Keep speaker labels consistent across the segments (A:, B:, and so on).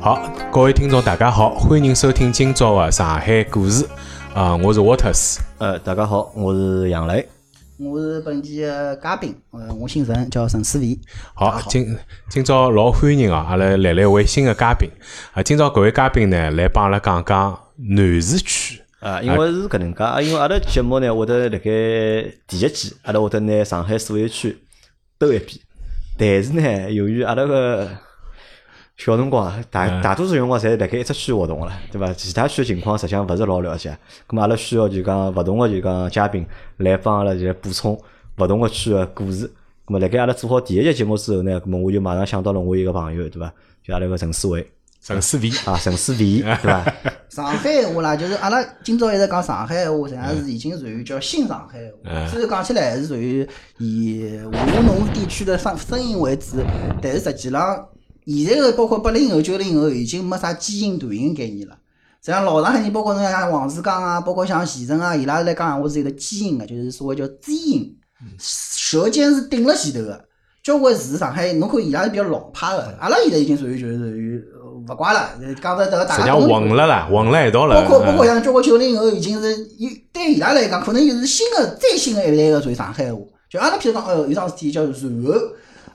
A: 好，各位听众大家好，欢迎收听今朝的上海故事。啊、我是 Waters。
B: 呃，大家好，我是杨磊。
C: 我是本期的嘉宾，呃，我姓陈，叫陈思维。
A: 好，今今朝老欢迎啊，阿拉来了一位新的嘉宾。啊，今朝搿位嘉宾呢，来帮阿拉讲讲南市区。
B: 啊，因为是搿能介，啊因为阿拉节目呢，会得辣盖第一季，阿拉会得拿上海所有区兜一遍。但是呢，由于阿拉个小辰光，大大多数辰光侪辣盖一只区活动个了，对伐？其他区情况实际上勿是老了解。咁啊阿拉需要就讲勿同个就讲嘉宾来帮阿拉就补充勿同个区个故事。咁啊么辣盖阿拉做好第一节节目之后呢，咁啊么我就马上想到了我一个朋友，对伐？就阿拉个陈思维
A: 陈思维，
B: 啊，陈思 维，对伐？
C: 上海话啦，就是阿拉今朝一直讲上海话，实际上
A: 嗯
C: 是已经属于叫新上海话。虽然讲起来还是属于以华农地区的声声音为主，但是实际上现在的包括八零后、九零后已经没啥基因断音概念了。实际上老上海人，包括侬像黄浦江啊，包括像前程啊，伊拉来讲闲话是有个基因的，就是所谓叫基音，
A: 嗯
C: 舌尖是顶了前头的。交关字上海，侬看伊拉是比较老派的，阿拉现在已经属于就是属于呃勿怪了，讲勿得大
A: 实
C: 家
A: 际上
C: 都
A: 混了啦，混了一道了。
C: 包括包
A: 嗯
C: 括像交关九零后已经是有对伊拉来讲，可能就是新的最新的一代的属于上海话。就阿拉譬如讲，哦，有桩事体叫然后，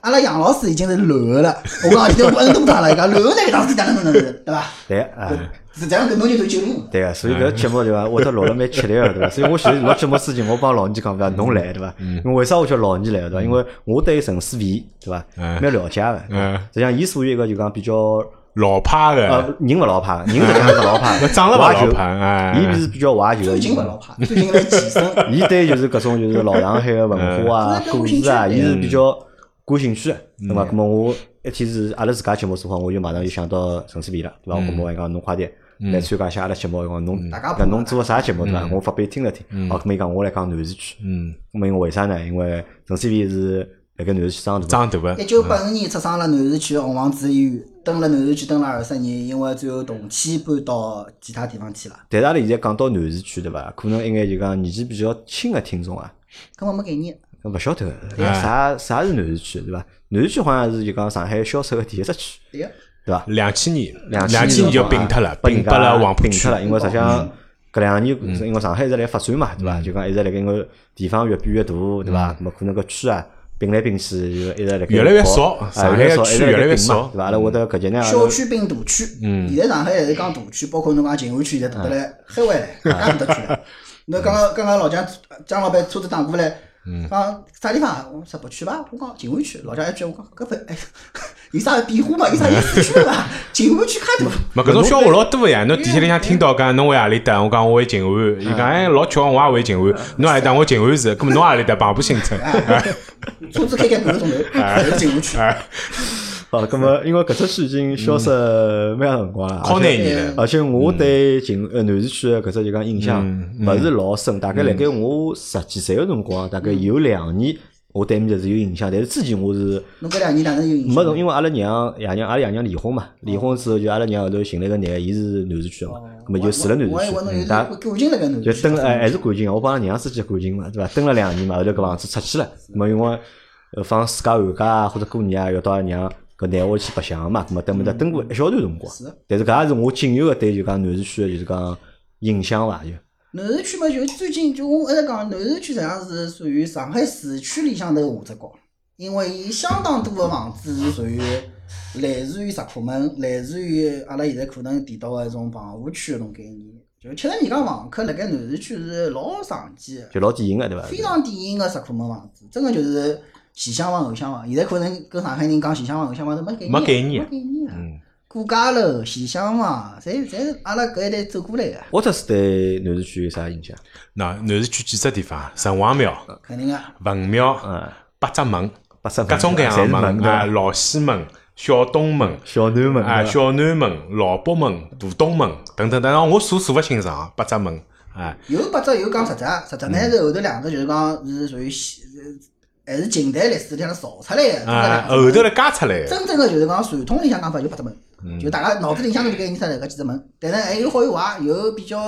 C: 阿拉杨老师已经是然后了。我讲现在我 N 多趟了，伊讲然后呢，搿桩事体哪能哪能哪能，对伐？
B: 对啊。
C: 实际上搿侬就对九零后。
B: 对啊个，所以搿节目对伐，我得录了蛮吃力个对伐，所以我前头录节目之前，我帮老倪讲对伐，侬来对伐，
A: 嗯
B: 因为为啥我叫老倪来对伐？因为我对陈思维对伐
A: 嗯
B: 蛮了解个，
A: 嗯
B: 实际上伊属于一个就讲比较
A: 老派
B: 呃
A: 的，，
B: 人勿老派，人实际上是老派
A: 长了勿
B: 怀旧
A: 老派哎
B: 伊是比较怀旧的，
C: 最近勿老派，
A: 嗯
C: 最近来健身，
B: 伊对就是搿种就是老上海个文化啊
C: 嗯、
B: 故事啊，
C: 嗯
B: 伊是比较感兴趣个，对
A: 嗯
B: 伐？咾么我一天是阿拉自家节目做好，我就马上就想到陈思维了，对伐？
A: 嗯
B: 咾么我讲侬快点来参加一下阿拉节目，讲侬
C: 大家
B: 那
C: 捧
B: 侬
C: 场
B: 做个啥节目对伐？我发拨伊听了听，好，咾么伊讲我来讲南市区，
A: 嗯，
B: 咾么因为为啥呢？因为陈思维是辣盖南市区长大的，
A: 长大的
C: 一。九八五年出生了南市区红房子医院，蹲了南市区蹲了二十年，因为最后同期搬到其他地方去了。
B: 但是阿拉现在讲到南市区对伐？可能一眼就讲年纪比较轻个听众啊，
C: 根本没概念。
B: 勿晓得
A: 哎
B: 啥啥是南市区对伐？南市区好像是就讲上海销售个第一只区
C: 对个，
B: 对伐？
A: 两千年，
B: 两
A: 两千年就并脱了，并拨了黄浦
B: 并
A: 区嗯
B: 脱。了，因为实际上搿两年，因为上海一直辣发展嘛，对伐？就讲一直辣盖因为地方越变越大，对伐？咾么可能搿区啊并来并去，就一直辣盖
A: 嗯越来越
B: 搞
A: 少
B: 啊
A: 上海
B: 越来越
A: 区
B: 少一直辣盖
A: 越来越
B: 并嘛
A: 少嗯
B: 对伐？阿拉会得搿几年阿
C: 小
B: 拉
C: 区并大区，现在上海还是讲大区，包括侬讲静安区现在大得来海外来，也大得去了。侬刚刚刚刚老蒋蒋老板车子打过来，讲啥地方啊？我说北区伐？我讲静安区。老蒋一句我讲搿不哎，有啥变化嘛？有啥意思区伐？静安区介大。
A: 没搿种笑话老多个呀！侬地铁里向听到讲侬回何里搭，我讲我回静安，伊讲哎老巧，我也回静安，
B: 嗯
A: 侬何里搭我静安市，葛末侬何里搭旁浦新村，
C: 车子开开半个钟头，还是静安区。
B: 哦，搿么因为搿只区已经消失蛮长辰光了，
A: 嗯靠嗯
B: 而且
A: 廿年了。
B: 而且我对静呃南市区的搿只就讲印象
A: 嗯
B: 勿是老深，大概辣盖我十几岁个辰光，大概有两年我对面就是有印象，但是之前我是
C: 侬搿两年哪能有影
B: 没
C: 响？
B: 从，因为阿拉娘爷娘阿拉爷娘离婚嘛，离婚之后就阿拉娘后头寻了一个男个，伊是南市区个嘛，咁么就住了南
C: 哦我还以为侬
B: 市
C: 有
B: 区，但
C: 感情辣搿南
B: 嗯就
C: 市
B: 蹲哎还是感情啊，我帮阿拉娘之间感情嘛，对伐？蹲了两年嘛，后头搿房子出去了，咁么因为呃放暑假寒假啊或者过年啊要到阿拉娘搿男屋去白相嘛，咁么蹲么得蹲过一小段辰光
C: 嗯是，
B: 但是搿也是我仅有个对就讲南市区个就是讲印象伐，就
C: 南市区嘛，就最近就我一直讲，南市区实际上是属于上海市区里向头下只角，因为伊相当多个房子是属于来自于石库门，来自于阿拉现在可能提到个一种棚户区搿种概念。就七十年代房客辣盖南市区是老常见个，
B: 就老典型个对伐？
C: 非常典型个石库门房子，真个就是前厢房后厢房。现在可能跟上海人讲前厢房后厢房都没概念，
A: 没概念嗯
C: 没概念啊。顾家楼、前厢房，侪侪是阿拉搿一代走过来个，
B: 我只是对南市区有啥印象？
A: 那南市区几只地方，城隍庙、
C: 肯定个。
A: 文庙、
B: 嗯，
A: 八只门，
B: 八十
A: 各种各样的
B: 门
A: 门
B: 对嗯
A: 啊，
B: 伐？
A: 老西门、小东门。
B: 小南门
A: 啊，
B: 对伐
A: 小南门、老北门、大东门等等等等，我数数勿清爽啊，八只门啊，
C: 有八只有讲十只，十只呢
A: 嗯
C: 是后头两只就是讲是属于西，还是近代历史里向造出来
B: 嗯
C: 的。
A: 啊，
C: 真
A: 后头来
C: 的
A: 嗯加出来的，
C: 真正的就是讲传统里向讲法就八只门，就大家脑子里向头就搿认出来搿几只门，但是哎还有好有坏，有比较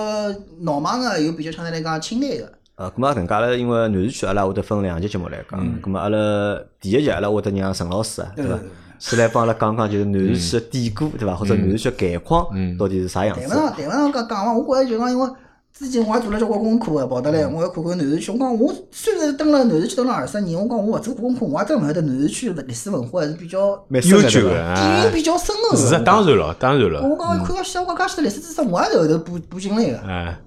C: 闹忙的，有比较相对来讲清淡的。
B: 啊，咁啊，搿能介阿拉因嗯啊为南市区阿拉会得分两集节目来讲，咁啊，阿拉第一集阿拉会得让陈老师啊，对伐嗯
C: 对对？
B: 先来帮阿拉讲讲，就是南市区的典故，对伐？或者南市区的概况
A: 嗯
B: 到底是啥样
C: 谈
B: 子
C: 勿？上，谈勿上搿讲嘛，我觉着就讲，因为之前我也做了交关功课个，跑得
A: 嗯
C: 来，我还看看南市区。我讲我虽然蹲了南市区蹲了二十年，我讲我勿做功课，我也真勿晓得南市区的历史文化还是比较
B: 蛮深
A: 悠
B: 的
A: 久
B: 对伐
A: 的
C: 底蕴
A: 啊，
C: 比较深个。
A: 是啊当然了，当然
C: 我
A: 了，
C: 讲看到西瓜介许多历史知识，我也是后头补补进来个，
A: 哎，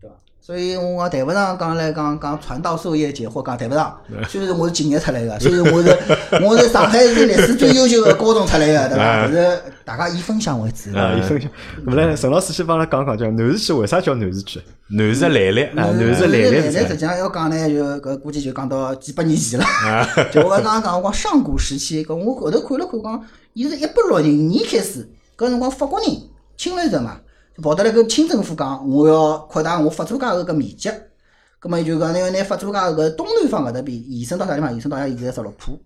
C: 对伐？所以我讲谈勿上讲来讲讲传道授业解惑，讲谈勿上。虽然我是敬业出来个，虽然我是我是上海市历史最优秀个高中出来个，对伐？但是大家以分享为主。
B: 啊，有分享。咾么呢，陈老师先帮阿拉讲讲，叫南市区为啥叫南市区？
A: 南市的来历，
B: 啊
A: 嗯
B: 南市来历
C: 来
B: 是
C: 实
B: 啥
C: 际上要讲呢，就搿估计就讲到几百年前了。
B: 啊
C: 就我刚刚讲，我讲上古时期，搿我后头看了看，讲伊是一八六零年开始，搿辰光法国人侵略者嘛，就跑得来跟清政府讲，我要扩大我法租界搿个面积。葛末伊就讲，要拿法租界搿东南方搿搭边延伸到啥地方？延伸到现在十六浦。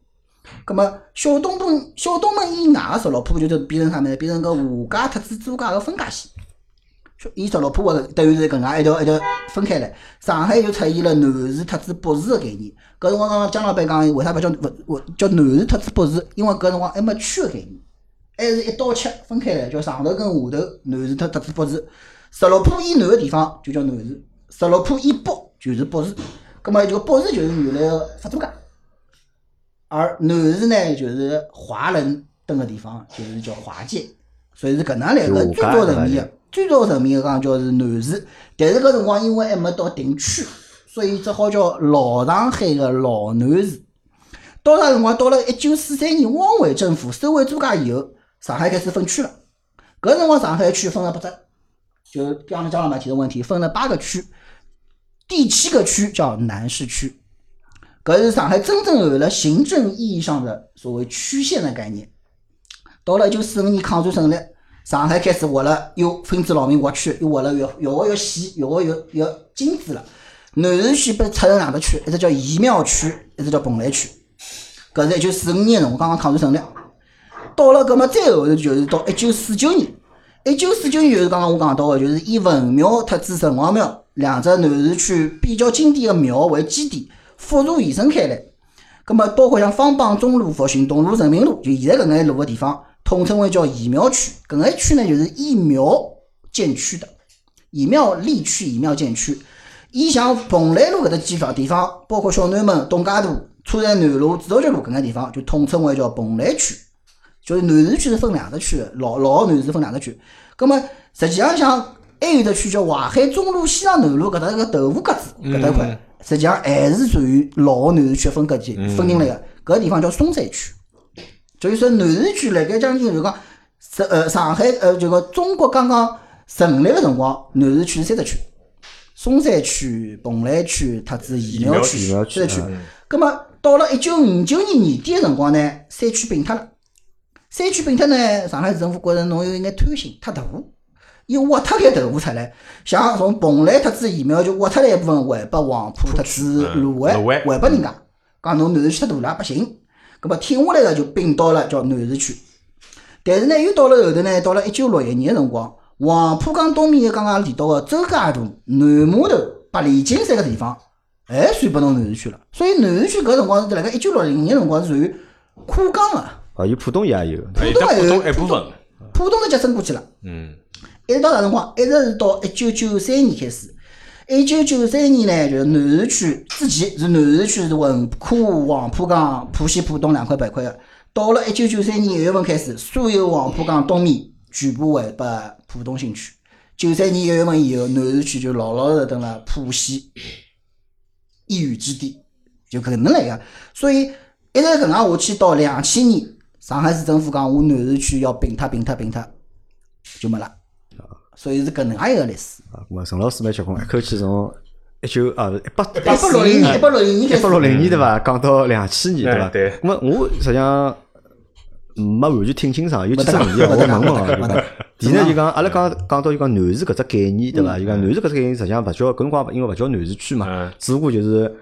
C: 葛末小东门、小东门以外个十六浦，就是变成啥物事？变成搿华界特子租界个分界线。伊十六浦个等于是搿能介一条一条分开来，上海就出现了南市特子北市个概念。搿辰光刚刚江老板讲，为啥勿叫勿叫南市特子北市？因为搿辰光还没区个概念，还是一刀切分开来，叫上头跟下头南市特特子北市。十六浦以南个地方就叫南市，十六浦以北就是北市。葛末就北市就是原来个法租界，而南市呢就是华人蹲个地方，就是叫华界。所以是搿能样来个最早层面
B: 有
C: 个，最早层面个讲叫是南市，但是搿辰光因为还没到定区，所以只好叫老上海个老南市。到啥辰光？到了一九四三年，汪伪政府收回租界以后，上海开始分区了。搿辰光上海区分了八只，就刚才讲了嘛，提的问题分了八个区，第七个区叫南市区。搿是上海真正有了行政意义上的所谓区县的概念。到了一九四五年抗战胜利，上海开始划了又分支老民划区，又划了越越划越细，越划越越精致了。南市区被拆成两个区，一只叫移庙区，一只叫蓬莱区。搿是一九四五年辰光，刚刚抗战胜利。到了搿么再后头就是到一九四九年，一九四九年就是刚刚我讲到的，就是以文庙特指城隍庙两只南市区比较经典的庙为基地，复述延伸开来。葛么包括像方浜中路、复兴东路、人民路，就现在搿眼路个地方，统称为叫移庙区。搿眼区呢，就是以庙建区的，以庙立区、以庙建区。伊像蓬莱路搿搭几条地方，包括小南门、董家渡、车站南路、自由街路搿眼地方，就统称为叫蓬莱区。就是南市区是分两只区的，老老南市分两只区。葛么实际上像还有一只区叫淮海中路、西藏南路搿搭一个豆腐格子搿搭一块，实际上还是属于老南市区分割进分进来的。搿地方叫松山区，就是说南市区辣盖将近就讲是呃上海呃就讲中国刚刚成立个辰光，南市区是三只区。松山区、蓬莱区、特子移苗区、
B: 疫苗区
C: 三只区
B: 疫苗区。
C: 葛么到了一九五九年年底个辰光呢，三区并脱了。三区并脱呢，上海市政府觉着侬有一眼贪心太大，伊挖脱眼豆腐出来，像从蓬莱特子疫苗就挖脱了一部分，还拨黄浦特子
A: 嗯
C: 卢湾，
A: 卢湾
C: 还拨人家，讲侬南市区太大了不行，葛么挺下来个就并到了叫南市区。但是呢，又到了后头呢，到了一九六一年个辰光，黄浦江东面个刚刚提到个周家渡、南码头、白里金三个地方，还算拨侬南市区了。所以南市区搿辰光是辣盖一九六零年辰光是属于跨江个，
B: 哦，有浦东也有，
A: 哎
C: 浦东
A: 但浦
C: 也有
A: 东一部分，
C: 浦东是接伸过去了。
A: 嗯，
C: 一直到啥辰光？一直是到一九九三年开始。一九九三年呢，就是南市区之前是南市区是文科、黄浦江、浦西、浦东两块板块的。到了一九九三年一月份开始，所有黄浦江东面全部还拨浦东新区。九三年一月份以后，南市区就老老实实蹲了浦西一隅之地，就搿能来个。所以一直搿能样下去到两千年，上海市政府讲我南市区要并脱、并脱、并脱，就没了。所以是搿能介一个历史。
B: 啊，咾么陈老师蛮结棍，一口气从一九啊一八一
C: 一八六零年，一八六零年开
B: 一
C: 始
B: 八，六零年对伐，讲到两千嗯年对伐？
A: 哎对
B: 咾么我实际上没完全听清爽，有几
C: 没得
B: 只问
C: 讲
B: 题我
C: 没得
B: 问
C: 讲
B: 问
C: 没得
B: 啊
C: 讲。
B: 第一呢，就讲阿拉讲讲到就讲南市搿只概念对伐？就讲南市搿只概念实际上勿叫搿辰光，因为勿叫南市区嘛
A: 嗯，
B: 只不过就是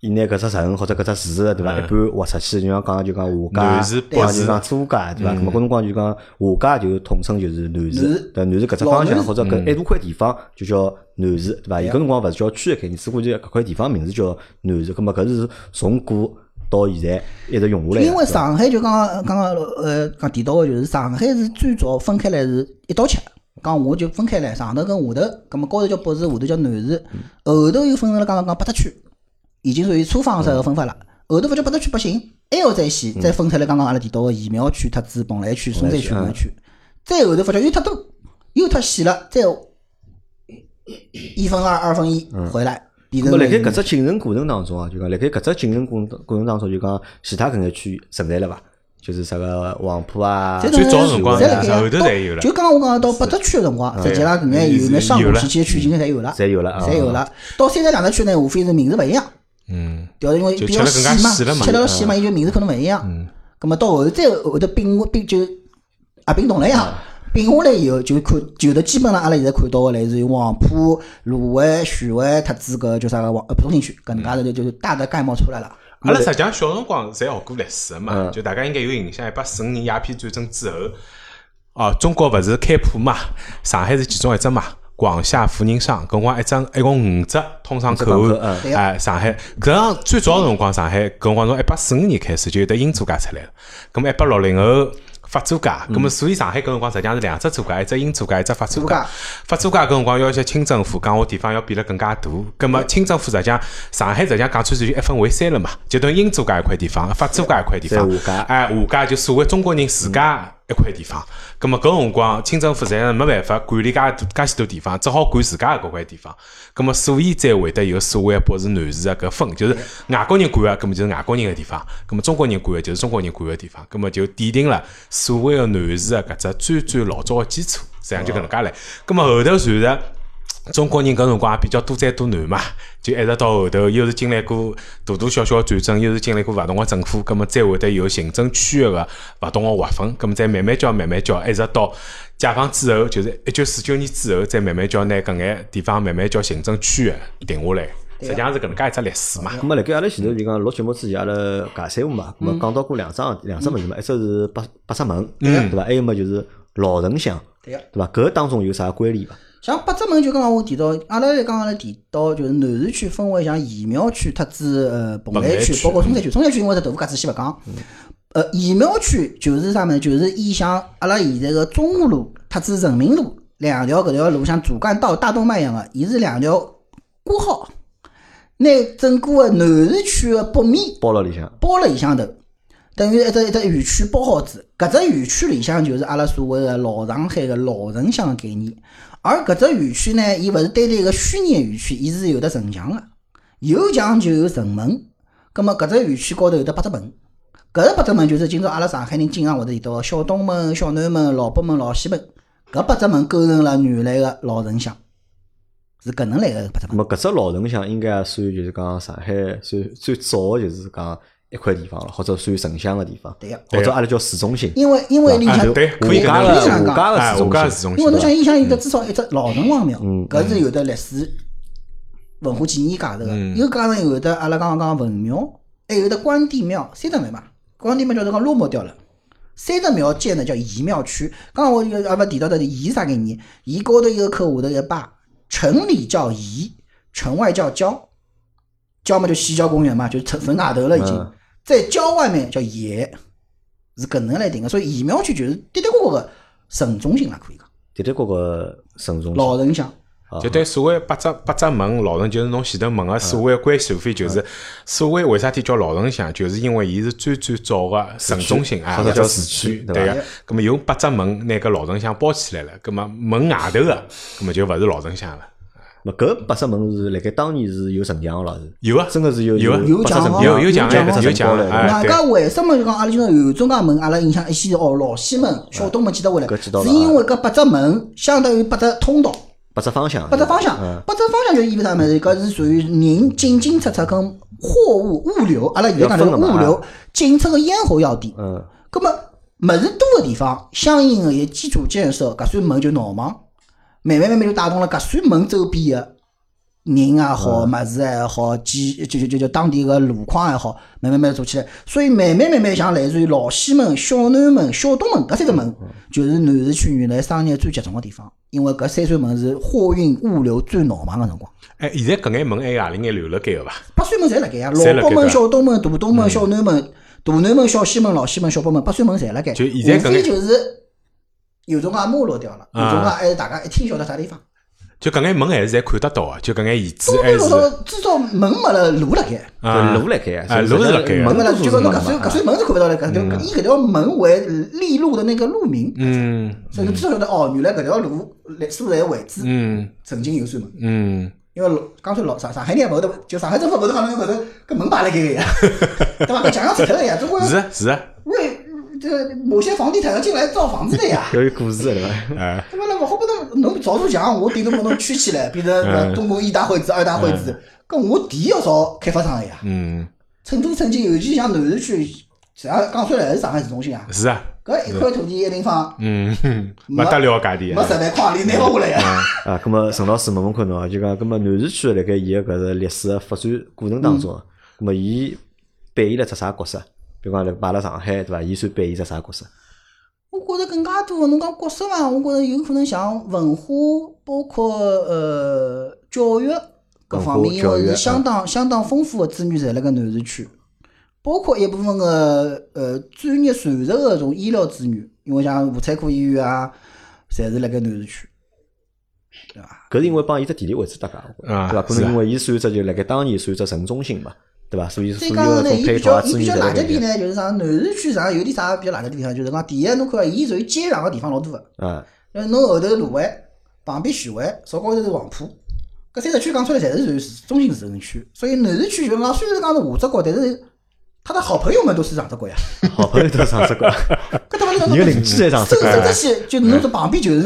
B: 伊拿搿只城或者搿只市对伐，一半划出去，就像讲就讲华
A: 南
B: 家
A: 市，
B: 对伐
A: 北
B: 就
A: 市
B: 讲租界对伐？咾么搿辰光就讲华家就统称就是南
C: 南
B: 市
C: 市，
B: 对南市搿只
C: 老
B: 方
C: 南
B: 向
C: 市
B: 或者搿一大块地方就叫南
C: 啊
B: 市对伐？伊搿辰光勿是叫区的概念，只不过就搿块地方名字叫南市。葛末搿是从古到现在一直用下来的。
C: 因为上海就刚刚刚刚呃讲提到个，就是上海是最早分开来是一刀切，讲我就分开来，上头跟下头，咁么高头叫北市，下头叫南市，
B: 嗯
C: 后头又分成了刚刚讲八大区，已经属于粗放式个分法了。
B: 嗯
C: 后头勿叫八大区不行，还要再细，再分出来刚刚阿拉提到个疫苗区、特子蓬莱区、松山区、
B: 蓬
C: 五
B: 莱
C: 个区，再后头发觉又太多，又太细了，再一分二，二分一回来，变
B: 嗯那
C: 成
B: 么辣盖
C: 南
B: 搿
C: 市
B: 只进程过程当中啊，就讲辣盖搿只进程过程过程当中，就讲其他搿眼区存在了伐？就是啥个黄埔啊，
C: 这
A: 最早辰光
C: 侪
A: 是
C: 辣盖啊
A: 后头
C: 到
A: 才有了嗯
C: 就刚刚我讲到八只区个辰光，实际上搿眼有眼上下级区已经侪有了，
B: 侪有了啊
C: 侪有了。到三十两个区呢，无非是名字勿一样，
A: 嗯，
C: 调因为
A: 就
C: 比
A: 吃
C: 较
A: 了
C: 细
A: 更加细了嘛嗯
C: 嘛，吃了细嘛，伊就名字可能勿一样。咁么到后头再后头并并就合并同了呀。
A: 嗯
C: 并下来以后，就看就头基本上阿拉现在看到个类似于黄埔、卢湾、徐汇、特子搿叫啥个黄呃浦东新区，搿能介头就就大的概貌出来了。
A: 阿拉实际上小辰光侪学过历史个嘛，
B: 嗯
A: 就大家应该有印象，一八四五年鸦片战争之后，哦，中国勿是开埠嘛，上海是其中一只嘛，广厦、福宁商，搿辰光一张一共五只通商口
B: 五只港口
A: 岸
B: 嗯，
C: 对
A: 哎，上海搿样最早个辰光，上海搿辰光从一八四五年开始就有得英租界出来了，咁么一八六零后。法租界，咁么所以上海搿辰光实际上是两只租界，一只英租界，一只法租
C: 租
A: 界
C: 界。
A: 法租界搿辰光要些清政府讲我地方要变得更加大，咁么清政府实际上上海实际上讲穿就一分为三了嘛，就等于英租界一块地方，法租界一块地方
B: 再下界，
A: 哎，下界就所谓中国人自家一块地方。咁么搿辰光，清政府实际上没办法管理介多介许多地方，只好管自家搿块地方。咁么所以才会得有所谓的北市南市啊搿分，就是外国人管个，搿么就是外国人个地方；咁么中国人管个就是中国人管个地方。咁么就奠定了所谓个南市啊搿只最最老早个基础，实际上就搿能介来。咁么后头随着中国人搿辰光也比较多灾多难嘛，就一直到后头，又是经历过大大小小的战争，又是经历过勿同个政府，葛末再会得有行政区域个勿同个划分，葛末再慢慢叫慢慢叫，一直到解放之后，就是一九四九年之后，再慢慢叫拿搿眼地方慢慢叫行政区域定下来，
C: 啊
A: 实际上是搿能介一只历史嘛。
B: 咁啊么辣盖阿拉前头就讲录节目之前，阿拉尬三胡嘛，咁么讲到过两桩两桩物事嘛，一只是八八沙门，对伐？还有么就是老城厢，
C: 对个。
B: 嗯对伐？搿当中有啥关联伐？
C: 像八只门就刚刚我提到，阿拉刚刚来提到就是南市区分为像疫苗区、特子呃蓬
A: 蓬
C: 莱
A: 莱
C: 区
A: 区，嗯
C: 包括松山区。松山区因为只豆腐架子细勿讲，呃疫苗区就是啥物事？就是以像阿拉现在个中华路、特子人民路两条搿条路，像主干道、大动脉一样个，伊是两条挂号，拿整个个南市区个北面
B: 包了里向，
C: 包了里向头，等于一只一只园区包好子。搿只园区里向就是阿拉所谓的老上海个老城乡概念。而搿只园区呢，伊勿是单单一个虚拟的园区，伊是有得城墙个，有墙就有城门。葛末搿只园区高头有得八只门，搿只八只门就是今朝阿拉上海人经常会得提到个小东门、小南门、老北门、老西门。搿八只门构成了原来个老城乡，是搿能来个八只
B: 咁
C: 门。
B: 么搿只老城厢应该也算就是讲上海算最早个就是讲一块地方了，或者算城乡个地方，
C: 对个，
B: 或者阿拉叫市中心。
C: 因为因为里
A: 啊
C: 向
A: 对可以
B: 我
A: 搿
B: 家个
A: 能介
C: 讲
B: 我家
A: 哎，
B: 个市
A: 我家
B: 中
A: 市
B: 心，
A: 中
C: 因为侬
A: 心
C: 想，，伊像有得至少一只老城隍庙
B: 嗯，嗯
C: 搿是有得历史文化建议价值个，又加上有得阿拉刚刚讲文庙，还有得关帝庙，三只庙嘛，关帝庙叫做讲落寞掉了。三只庙建的叫移庙区，刚刚我有阿勿提到的移啥概念？移高头一个口，下头一个坝，城里叫移，城外叫郊，郊嘛就西郊公园嘛，就城城外头了已经。
B: 嗯
C: 在郊外面叫野，是搿能来定个，所以移庙区就是的的确确个城中心啦，可以讲。
B: 的的确确城中
C: 老
B: 心。
C: 人乡，
B: 啊
A: 就对所谓八只八只门老人，就是侬前头问个啊所谓的关系，无非就是所谓为啥体叫老城乡，就是因为伊是最最早个城中心啊，
B: 或者
A: 或者
B: 叫
A: 市
B: 市
A: 区
B: 区
A: 对
B: 对
A: 个
B: 吧。
A: 咁啊么用八只门拿搿老城乡包起来了，啊咁么门外头个，咁啊么就勿是老城乡了。
B: 咹搿八十门是辣盖当年是有城墙个老是。
A: 有啊，
B: 真个是有哦
A: 有啊
C: 有
B: 八十
C: 墙
B: 城
C: 啊
A: 有有
C: 有
A: 讲
C: 讲
A: 哎，
C: 啊
A: 有讲
B: 有讲
A: 哎，
C: 外
A: 对
C: 加为什么就讲阿拉今朝有中介门，阿拉印象一线哦，老西门、小东门记得回来，
B: 搿记到了
C: 是因为搿八只门相当于八只通道、
B: 八只方向，
C: 八只方向
B: 嗯，
C: 八只方向就意味着啥物事？搿是属于人进进出出跟货物物流，阿拉现在讲
B: 要分
C: 的
B: 了嘛啊
C: 物流进出个咽喉要地。
B: 嗯，
C: 葛么物事多个地方，相应个一基础建设搿扇门就闹忙，慢慢慢慢就带动了搿扇门周边个人也好，
B: 嗯
C: 物事也好，几就就就就当地个路况也好，慢慢慢慢做起来。所以慢慢慢慢像类似于老西门、小南门、小东门搿三只
B: 嗯
C: 门，就是南市区原来商业最集中个地方，因为搿三扇门是货运物流最闹忙个辰光。
A: 哎，现在搿眼门还有何里眼留辣盖个伐？
C: 八扇门侪辣盖啊，
A: 侪辣盖
C: 老北门、
A: 对嗯
C: 小东门、大东门、小南门、大南门、小西门、老西门、小北门，八扇门侪辣盖。
A: 就现在搿
C: 无非
A: 眼
C: 就是有种介没落掉了，有
A: 啊
C: 种介还是大家一听晓得啥地方。
A: 就搿眼门还是侪看得到啊个，就搿眼遗址
C: 东
A: 还
C: 门
A: 是
C: 老早至少门没了，路辣盖。
A: 啊
B: 就路辣盖啊
A: 啊，
B: 所以
A: 路是辣
B: 实
A: 盖
B: 际
A: 个
B: 上
C: 门
B: 门
C: 了，
B: 都
C: 就是讲侬
B: 门
C: 搿扇
B: 嘛。
C: 搿扇门是看勿到了，搿条以搿条门为立路的那个路名，
A: 嗯
C: 所以侬至少晓得哦，原来搿条路来所在位置
A: 嗯
C: 曾经有扇门。
A: 嗯，
C: 因为老刚才老上上海人也勿会得，就上海政府勿会得讲侬搿头搿门摆辣盖 个呀，对伐？搿墙上拆脱个呀，总归
A: 是啊是啊，
C: 为呃这某些房地产要进来造房子的呀
B: 要有故事的对伐？
A: 哎
C: 对伐？那勿好不能侬造座墙，我顶多把侬圈起来，变成
A: 嗯
C: 中呃共一大会址、二大会址，搿我地要造开发商个呀。
A: 嗯
C: 趁真趁劲，尤其像南市区，实际上讲出来还是上海市中心啊。
A: 是啊，
C: 搿一块土地一平方
A: 嗯，哼勿得了价钿
C: 没
A: 啊，
C: 十万块钿拿勿下来呀。
B: 啊，咁么陈老师问问看侬啊，就讲，咁么南市区辣盖伊个搿个历史个发展过程当中
C: 嗯
B: 啊，咁么伊扮演了只啥角色？比如讲，摆辣上海对伐？伊算扮演只啥角色？
C: 我觉着更加多，侬讲角色嘛，我觉着有可能像文化，包括呃教育各方面，
B: 文化
C: 因
B: 教育嗯
C: 为是相当相当丰富的资源在辣盖南市区，包括一部分个呃专业传承个种医疗资源，因为像妇产科医院啊，侪是辣盖南市区。
B: 搿是因为帮伊只地理位置搭界，我觉
A: 啊
B: 得对伐？可
A: 是啊
B: 能因为伊算只就辣盖当年算只城中心嘛，对伐？所以所
C: 再
B: 有
C: 加上
B: 个
C: 呢，
B: 种
C: 伊
B: 配
C: 比
B: 套啊
C: 较伊
B: 资
C: 比
B: 源
C: 较
B: 侪辣
C: 垃
B: 盖
C: 圾点
B: 伊
C: 呢，就是啥南市区上有点啥比较垃圾地方，就是讲第一，侬看伊属于接壤个地方老多个。
B: 啊，
C: 因为侬后头卢湾旁边徐汇，朝高头是黄埔，搿三只区讲出来侪是属于市中心市城区，所以南市区就讲虽然讲是下只角，但是他的好朋友们都是上只角呀。
B: 好朋友都上只过，
C: 搿搭勿是讲
B: 你的邻居侪上只嗯
C: 收
B: 过
C: 收只去，就侬这旁边就是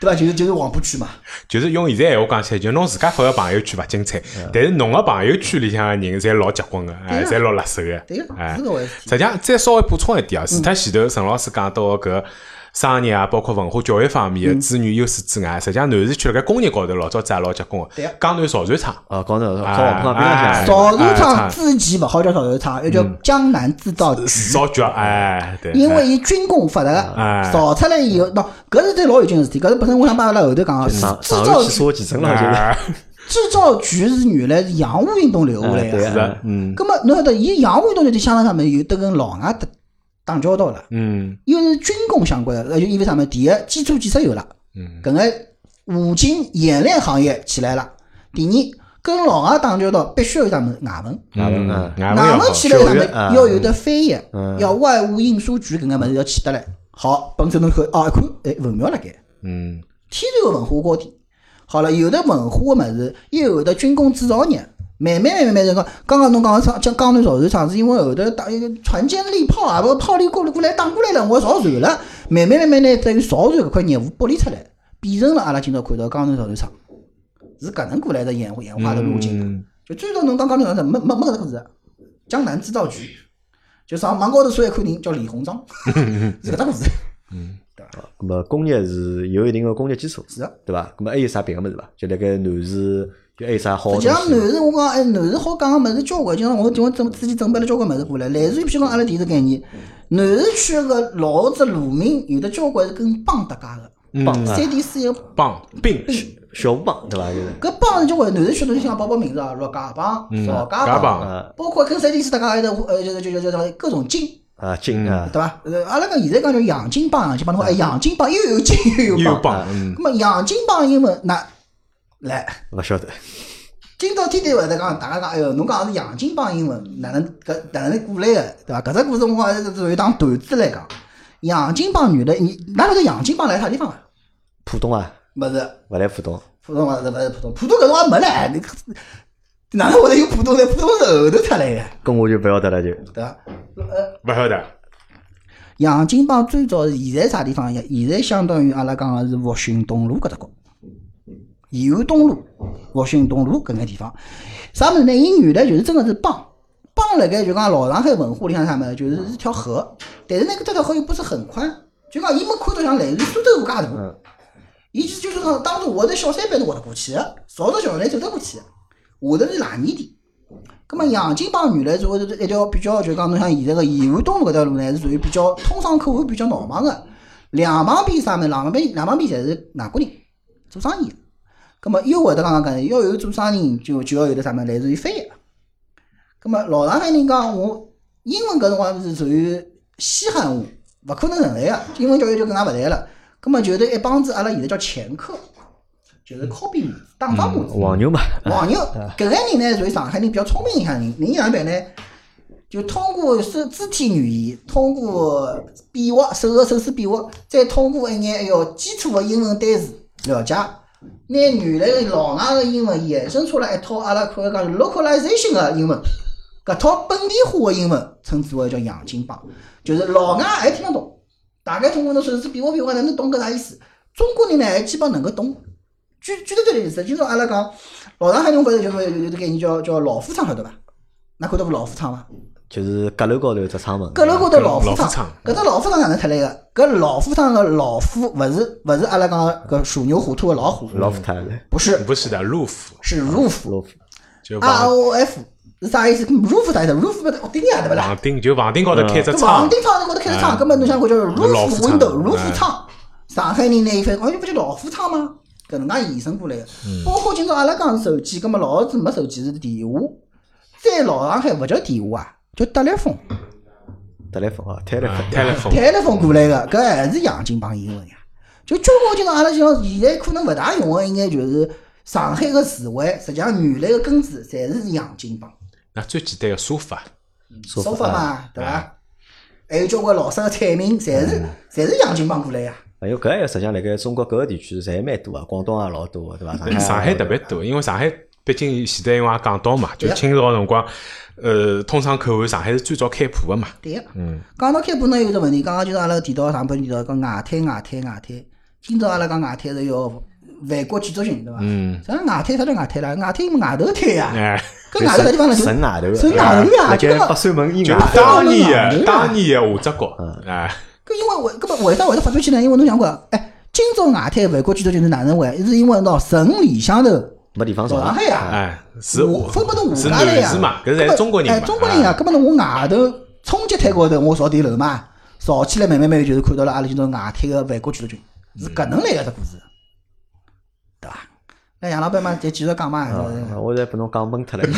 C: 对伐？就是就是黄浦区嘛。
A: 就是用现在闲话讲起来，就侬自家发个朋友圈勿精彩，但是侬个朋友圈里向个人侪老结棍个，哎，
C: 对啊
A: 侪老辣手个，
C: 对个嗯
A: 哎
C: 是搿回事
A: 实
C: 体
A: 际上，再稍微补充一点啊，除脱前头陈老师讲到个搿商业啊，包括文化教育方面
C: 嗯
A: 的资源优势之外，实际上南市区辣盖工业高头老早子也老结棍
C: 对
A: 个，江南造船厂。
B: 啊，讲到
A: 啊
B: 靠往旁边浪
A: 哎
B: 向，
C: 造船
A: 哎
C: 厂之前勿好叫造船厂，要叫
B: 嗯
C: 江南制造局。
A: 造局哎，对，
C: 嗯因为伊军工发达
A: 哎
C: 个，造出来以后，喏，搿是对老有劲个事体。搿是本身我想摆阿拉后头讲个，制
B: 上上
C: 造
B: 游汽
C: 局
B: 车集成浪就是
A: 哎
C: 制造局是原来是洋务运动留下来
B: 啊对
C: 个
B: 啊。
A: 是的
B: 嗯，
C: 咁么侬晓得，伊洋务运动就相当上面有得跟老外打打交道了，
A: 嗯
C: 因为是军工相关的，呃那就意味着啥么？第一，基础建设有了，
A: 嗯
C: 搿个五金冶炼行业起来了。第二，跟老外打交道必须要有啥么子外文，
B: 外文
A: 嗯
B: 啊，
A: 外文
C: 外
A: 要好
C: 文起来有啥么
B: 学
C: 子
B: 语啊
C: 要有得翻译，
B: 嗯
C: 要外务运输局搿个物事要起得来。好，本身侬看哦，一看，哎，文庙辣盖。
A: 嗯
C: 天然个文化高地。好了，有的文化个物事，又有的军工制造业，慢慢慢慢就讲，刚刚侬讲个厂，江江南造船厂是因为后头打一个船坚利炮啊，不炮利过来过来打过来了，我造船了，慢慢慢慢呢，再有造船搿块业务剥离出来，变成了阿拉今朝看到江南造船厂，是搿能过来的演化演化的路径。
A: 嗯
C: 就最早侬讲江南造船厂没没没搿只字，啊江南制造局，就上网高头搜一看人叫李鸿章，是搿只故事，
B: 咁么工业是有一定个工业基础，
C: 是啊的。
B: 对伐？咁么还有啥别个物事伐？就辣盖南市，就还有啥好东
C: 实际
B: 西伐？
C: 上，男士我讲，哎，男士好讲个物事交关，就像我我准自己准备了交关物事过来。来自于譬如讲阿拉第一个概念，男士区个老早子路名有的交关是跟帮搭界个，
A: 嗯，
B: 啊
C: 三点水个
A: 棒冰
B: 小舞帮对伐？就是
C: 搿帮是交关。男士区侬想包括名字啊，陆家帮、邵
A: 家
C: 家
A: 帮
C: 帮，
B: 啊
C: 包括跟三点水搭界个有的，呃，就是就是就是各种金，
B: 啊金啊，
A: 嗯
C: 对伐？呃，阿拉讲现在讲叫洋金帮，洋金帮，侬讲哎，洋金帮又有金又
A: 又
C: 有
A: 有
C: 帮，
A: 棒，嗯
C: 那么洋金帮英文那来。
B: 勿晓得
C: 今朝天天会得讲，大家讲，哎哟，侬讲是洋金帮英文，哪能搿哪能过来个，对伐？搿只故事我讲是属于当段子来讲。洋金帮原来，你哪晓得洋金帮来啥地方啊？
B: 浦东啊，
C: 勿是
B: 勿来浦东
C: 浦东勿是勿是浦东，浦东搿辰光没唻，你哪能会得有浦东呢？浦东是后头出来个，
B: 咁我就勿晓得了就。
C: 对伐？呃，
A: 勿晓得，
C: 洋金帮最早是现在啥地方呀？现在相当于阿拉讲个是复兴东路搿只角，延安东路、复兴东路搿眼地方。啥物事呢？伊原来就是真个是帮帮辣盖就讲老上海文化里向啥物事，就是是条河，但是呢搿这条河又不是很宽，就讲伊没看到像类似苏州河介大
B: 嗯。
C: 伊就就是讲当初我在小山板是滑得过去个，朝着小南走得过去个，下头是烂泥地。葛么洋泾浜原来是会得一条比较，就讲侬像现在个延安东路搿条路呢，是属于比较通商口岸比较闹忙个，两旁边啥物事，两旁边两旁边侪是外国人做生意的。咁么又会得刚刚讲，要有做生意就就要有得啥物事来自于翻译。咁么老上海人讲我英文搿辰光是属于稀罕物，勿可能存在个，英文教育就更加勿对了。咁么就是一帮子阿拉现在叫掮客，就是 copy 模子、打仿模子。
B: 黄牛嘛，
C: 黄牛搿个人呢，属于上海人比较聪明一项人，人哪能办呢？就通过手肢体语言，通过比划，手个手势比划，再通过一眼哎哟基础个英文单词了解，拿原来个老外个英文衍生出来一套阿拉可以讲是 localization 个英文，搿套本地化个英文称之为叫洋泾浜，就是老外还听得懂，大概通过侬手势比划比划，哪能懂搿啥意思？中国人呢还基本能够懂。举举得这个例子，今朝阿拉讲老上海侬勿是就是有有个概念叫叫老虎仓晓得伐？㑚看到过老虎仓伐？
B: 就是阁楼高头有只窗门，
C: 嗯搿楼高头老
A: 老
C: 虎
A: 虎
C: 仓
A: 仓，
C: 搿只老虎仓哪能出来个？搿老虎仓个老虎勿是勿是阿拉讲搿鼠牛虎兔个老虎，
B: 老虎塔，
C: 不是
A: 不是的，路虎
C: 是 roof
B: 老虎，
A: 就
C: R
A: 房
C: O F 是啥意思？roof 啥意思？roof 勿是屋顶呀，啊对勿啦？
A: 房顶就房顶高头开只
C: 搿
A: 窗
C: 房，顶窗高头开始窗，搿么侬想看叫
A: 老
C: roof
A: 虎仓
C: window 老虎
A: 哎
C: 仓，上海人呢一翻，哦，你勿就老虎仓吗？搿能介衍生过来个，包括今朝阿拉讲手机，搿么老早子没手机是电话，在老上海勿叫电话啊，叫 telephone。
B: 德莱风啊，泰莱风，
A: 哎 telephone
C: 台了风过来个，搿还是洋泾浜英文呀。就交关今朝阿拉像现在可能勿大用个一眼，就是上海个词汇，实际上原来个根子侪是洋泾浜，
A: 那最简单的沙发，
B: 说啊
C: 说啊
B: 法
C: 法嘛，对伐？还有交关老式个菜名，侪是侪是洋泾浜过来呀。
B: 哎哟，搿个实际上辣盖中国各个地区侪蛮多啊，广东也老多啊，对伐？
C: 嗯
A: 上海
B: 也
A: 特别多，因为上海毕竟现在因为也讲到嘛，就
C: 对啊
A: 清朝辰光，呃，通商口岸上海是最早开铺的嘛，
C: 对个，
B: 嗯
C: 讲到开铺呢，有只问题，刚刚今朝阿拉提到上半提到讲外滩，外滩，外滩。今朝阿拉讲外滩是要万国建筑群，对伐？嗯。啥外滩？啥叫外滩啦？外滩外头滩呀。
A: 哎，
C: 搿外头啥地方呢？就
B: 神外头，啊
C: 神啊外头呀，
B: 辣
C: 就
B: 盖
C: 那么
B: 北水门以
A: 就
B: 外，
A: 当年
C: 哪能
A: 的
C: 啊嗯
A: 当年的下只角，哎，
C: 搿因为为搿么为啥会得发展起来？因为侬想过，哎，今朝外滩外国建筑群是哪能会？是因为喏，城里向头
B: 没地方啊
C: 老上
B: 上
C: 海，啊呀，
A: 哎，是
C: 我分拨侬
A: 是
C: 下家来
A: 男
C: 呀
A: 士嘛，搿
C: 搿
A: 是
C: 么
A: 中国人
C: 啊哎，
A: 嘛，
C: 中国人呀，
A: 啊
C: 搿么侬我外头冲击滩高头，我造顶楼嘛，造起来慢慢慢慢就是看到了阿拉今朝外滩个外国建筑群，是搿能来个只故事，对伐？那杨老板嘛，再继续讲嘛，就是
B: 啊我侪拨侬讲懵 脱了。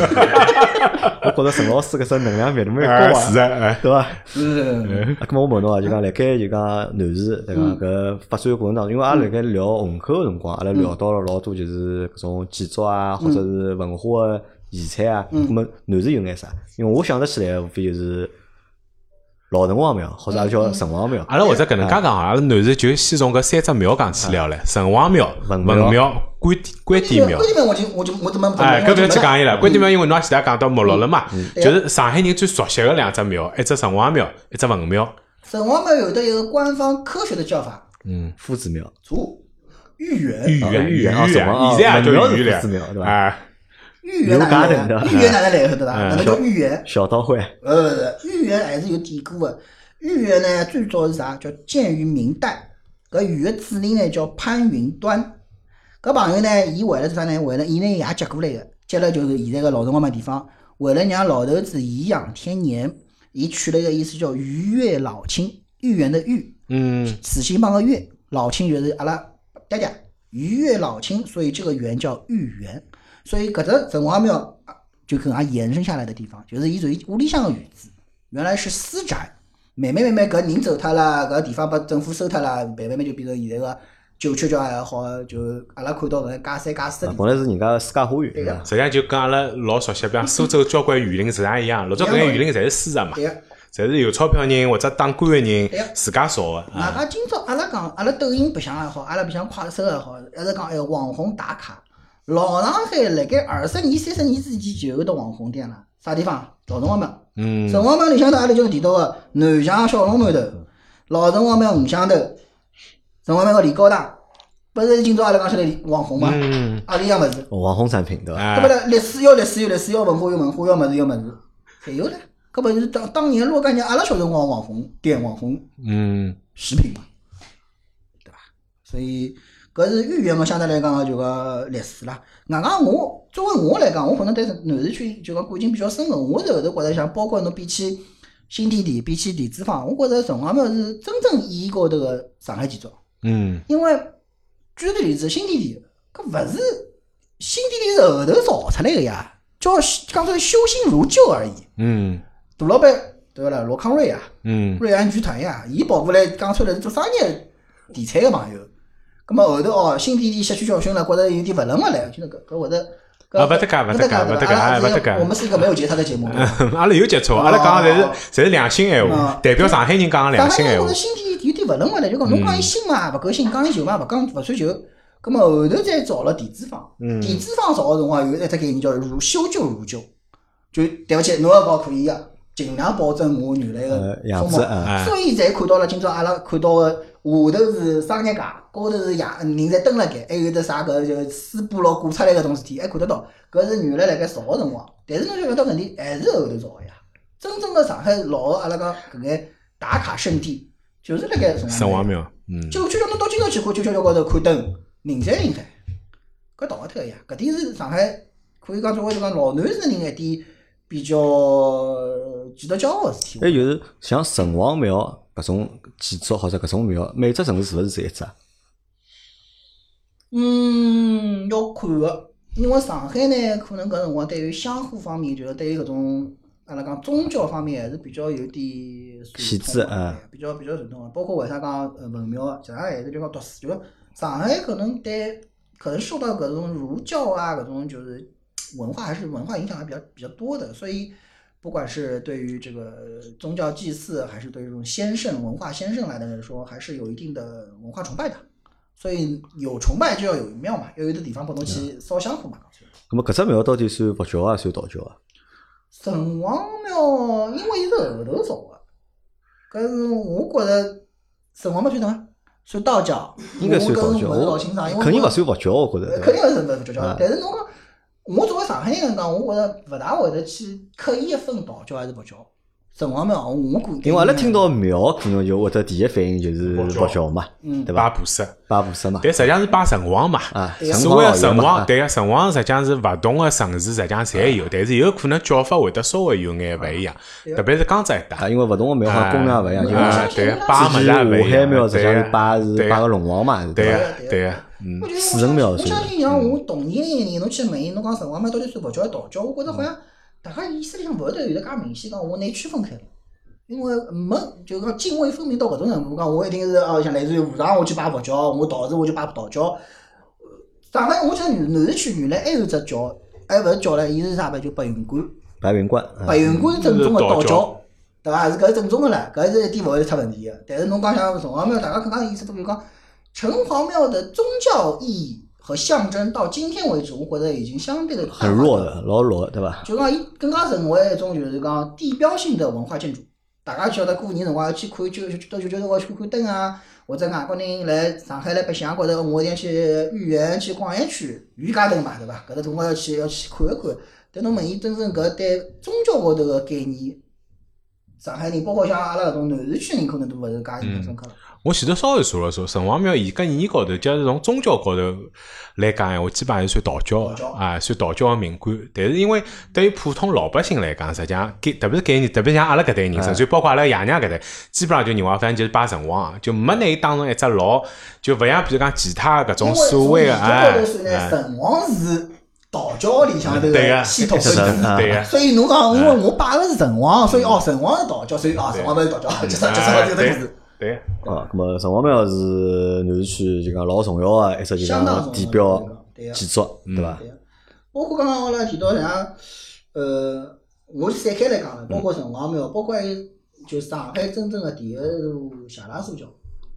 B: 我觉着陈老师搿只能量密度蛮
A: 哎
B: 高
A: 是
B: 啊，
A: 的，哎，
B: 对伐？
C: 是
A: 嗯
B: 啊，咁我问侬啊，就讲辣盖就讲南市对伐？搿发展过程当中，因为阿拉辣盖聊虹口个辰光，阿拉聊到了老多就是搿种建筑啊，或者是文化个遗产啊。咁么南市有眼啥？因为我想得起来，无非就是老城隍庙，或者阿拉叫城隍庙。
A: 阿拉或者搿能
C: 嗯
A: 介讲啊，阿拉南市就先从搿三只庙讲起聊嘞，城隍庙、
C: 嗯
B: 文
A: 文
B: 庙
A: 庙、关关帝庙
C: 关。键我就我就我怎么怎么
A: 哎，搿
C: 我
A: 勿
C: 就
A: 要
C: 没
A: 去
C: 了
A: 讲伊了。关帝庙因为侬也前头讲到没落了嘛，
B: 嗯
C: 对
A: 就是上海人最熟悉的两只庙，一只城隍庙，一只文庙。
B: 啊
C: 城隍庙有的一个官方科学的叫法，
A: 嗯，
B: 夫子庙，
C: 祖豫园。
A: 豫
B: 啊
A: 园，豫
B: 豫园啊
A: 园，
B: 什么啊
A: 现在也叫
B: 文庙
A: 豫
B: 是
A: 园
B: 夫子庙对
A: 了。
B: 吧
A: 哎，
C: 豫园哪能来的？豫园哪能来的？对伐？哪能叫豫园？
B: 小刀会，
C: 呃，不是，豫园还是有典故的。豫园呢，最早是啥？叫建于明代。搿豫的主人呢叫潘云端。搿朋友呢，伊为了啥呢？为了伊呢也接过来个，接了就是现在个老城隍庙地方。为了让老头子颐养天年，伊取了一个意思叫“愉悦老亲”，豫园的豫，
A: 嗯，
C: 此心帮个月，老亲就是阿拉爹爹，愉悦老亲，所以这个园叫豫园，所以搿只城隍庙啊就搿能介延伸下来的地方，就是伊属于屋里向个院子，原来是私宅，慢慢慢慢搿人走脱了，搿地方被政府收脱了，慢慢慢就变成现在个九曲桥也好，就阿拉看到搿加三加四的
B: 啊
C: 地方
B: 本来是人家的私家花园，对伐？
A: 实际上就跟阿拉老熟悉，比方苏州交关园林实际上一样，老早搿眼园林侪是私人嘛，
C: 对个。
A: 侪是有钞票人或者当官的人
C: 对呀
A: 自家造的。
C: 外加今朝阿拉讲，阿拉抖音白相也好，阿拉白相快手也好，一直讲哎网红打卡。老上海辣盖二十年、三十年之前就有得网红店了，啥地方？老城隍庙。
A: 嗯，
C: 城隍庙里向头，阿拉就提到个南翔小龙馒头、老城隍庙五香头、城隍庙个李高堂，不是今朝阿拉讲起来网红吗？
A: 嗯，
C: 阿里样物事，
B: 网红产品，对伐？
A: 哎
C: 搿，么嘞，历史要历史有历史，要文化有文化，要物事有物事，侪有了。搿么就是当当年若干年阿拉小辰光网红店、网红
A: 嗯，
C: 食品嘛，对伐？所以搿是豫园嘛，相对来讲就个历史啦。外加我作为我来讲，我可能对南市区就讲感情比较深个。我是后头觉着像，包括侬比起新天地，比起地主坊，我觉着城隍庙是真正意义高头个上海建筑。
A: 嗯，
C: 因为举个例子，新天地搿勿是新天地是后头造出来的呀，叫讲出来修心如旧而已。
A: 嗯
C: 大老板对勿啦？罗康瑞啊呀、
A: 嗯
C: 瑞安集团呀，伊跑过来讲出来是做商业题材个朋友。咁么后头哦，新天地吸取教训了，觉着有点勿伦勿来，就那个搿会得。
A: 啊不搭嘎
C: 勿
A: 不搭嘎
C: 勿
A: 不搭嘎
C: 阿拉
A: 哎不搭嘎
C: 我们是一个没有节操的节目。
A: 嗯，阿拉有接触，阿拉讲的侪
C: 哦
A: 是侪是良心闲话
C: 嗯，
A: 代表上海人讲的
C: 上
A: 良
C: 海
A: 心闲
C: 人觉
A: 话
C: 着。新天地有点勿伦勿来，就
B: 嗯
C: 讲侬讲伊新嘛，勿够新；讲伊旧嘛，勿讲勿算旧。咁么后头再造了地主坊，
B: 嗯
C: 地主坊造个辰光有一只概念叫如修旧如旧，就对勿起，侬要搞可以个，尽量保证我原来
B: 呃
C: 个
B: 样
C: 风
B: 子
C: 貌。
B: 啊，
A: 哎
C: 所以才看到了今朝阿拉看到个下头是商业街，高头是夜人侪蹲辣盖，还有得啥搿就水波咯鼓出来搿种事体，还看得到。搿是原来辣盖造个辰光，但是侬就晓得搿点还是后头造个呀。真正的上海老个阿拉讲搿眼打卡圣地，就是辣盖
A: 神
C: 城隍
A: 王
C: 庙。
A: 庙，嗯，
C: 就就叫侬到今朝去看九桥桥高头看灯，人山人海，搿倒勿脱个呀。搿点是上海可以讲作为就讲老南市人一点比较呃值得骄傲个事体。
B: 还有哎就是像城隍庙搿种建筑或者搿种庙，每只城市是勿是只一只啊？
C: 嗯，要看个，因为上海呢，可能搿辰光对于香火方面，就是对于搿种阿拉讲宗教方面，还是比较有点
B: 限制
C: 传统的哎
B: 啊
C: 比较比较传统的。包括为啥讲呃文庙啊，其他还是就讲读书，就上海可能对可能受到搿种儒教啊搿种就是文化还是文化影响还比较比较多的，所以。不管是对于这个宗教祭祀，还是对于这种先圣文化先圣来的人说，还是有一定的文化崇拜的。所以有崇拜就要有庙嘛，要有的地方拨侬
B: 啊
C: 去烧香火嘛。
B: 咁么搿只庙到底算佛教啊，算道教啊？
C: 城隍庙因为伊是后头造的，搿是啊我觉着城隍庙算什么？算道教，
B: 应该算道教，
C: 我搿是勿是老清爽，因为
B: 我
C: 我
B: 肯定勿算佛教，我觉
C: 呃
B: 得。
C: 肯定是勿佛教
B: 啊
C: 了。但是侬讲，我作为上海人讲，我觉着勿大会得去刻意分道教还是佛教。城隍庙，我估计
B: 因为阿拉听，到庙，可能就会得第一反应就是
A: 佛教
B: 佛教嘛，
C: 嗯
B: 对，
A: 拜
B: 伐？
A: 菩萨，
B: 拜菩萨嘛，
A: 但实际上是拜神王嘛。
B: 啊，
C: 对啊
B: 神
A: 所谓
B: 王
A: 的
B: 老
A: 神
B: 爷嘛
A: 王，
B: 啊
A: 对个神王实际上是勿同个城市实际上侪有，但是有可能叫法会得稍微有眼勿一样，
C: 对啊
A: 特别是江浙一带。
B: 啊，因为勿同个庙好像供量勿一样，
C: 哎
B: 就
C: 啊
B: 像
A: 啊，对个，拜
B: 之
A: 物事
B: 前
A: 勿一
B: 武汉庙
A: 样，
B: 实
A: 对
B: 际上是
A: 个，
B: 拜是
A: 对
B: 拜个
A: 个，
B: 龙王嘛，
A: 对
B: 伐？
A: 个，对个，嗯
C: 我觉得
B: 四神庙
C: 我
B: 算
C: 相信像我同年龄的人，侬去问伊，侬讲城隍庙到底算佛教还是道教？我觉着好像大家意识里向勿会得有得介明显讲，我拿伊区分开了。因为没就讲泾渭分明到搿种程度，讲我一定是哦，像类似于武场我去拜佛教，我道士我去拜道教。呃上海我讲南市区原来还有只教，还勿是教了，伊是啥呗？就白云观，
B: 白云观，啊
C: 白云观是正宗的
A: 嗯
C: 道
A: 道教
C: 教，对伐？是搿是正宗的唻，搿是一点勿会出问题的。但是侬讲像城隍庙，大家刚刚意思都比如讲，城隍庙的宗教意义和象征到今天为止，我觉着已经相对的
B: 很弱的，老弱的，对伐？
C: 就讲伊更加成为一种就是讲地标性的文化建筑。大家晓得过年辰光要去看九到九九辰光去看看灯啊，或者外国人来上海来白相，觉着我一定要去豫园去逛一圈，渔家灯嘛，对伐？搿搭辰光要去要去看一看。但侬问伊真正搿对宗教高头个概念，上海人包括像阿拉搿种南市区人，可能都勿是介印象深刻了。
A: 我前头稍微查了查，城隍庙伊搿意义高头，假如从宗教高头来讲闲话，基本上是算道教
C: 道教
A: 个啊，算道教个名观。但是因为对于普通老百姓来讲，实际上给特别是概念，特别像阿拉搿代
C: 哎
A: 人，甚至包括阿拉爷娘搿代，基本上就认为反正就是拜神王啊，就没拿伊当成一只老，就勿像比如讲其他搿
C: 因
A: 种
C: 为
A: 所
C: 从
A: 谓
C: 礼
A: 个
C: 教
A: 哎
C: 高头算呢，
A: 哎，
C: 城隍是道教里向头
A: 对个
C: 个系统分支
B: 神啊
A: 对个。
C: 所以侬讲，
A: 哎
C: 因为我拜个是城隍，所以哦，城隍是道教，所以哦，城隍勿是道教， 就是就是
A: 哎
C: 这个
A: 对
C: 意思。
A: 对个，
B: 啊，咁么城隍庙是南市区就讲老重要啊个一只就
C: 相当重
B: 讲
C: 要
B: 地标
C: 对呀
B: 建筑，对伐？
C: 对呀包括刚刚阿拉提到像，呃，我散开来讲了，包括城隍庙，包括还有就是上海真正的第一座谢拉所教，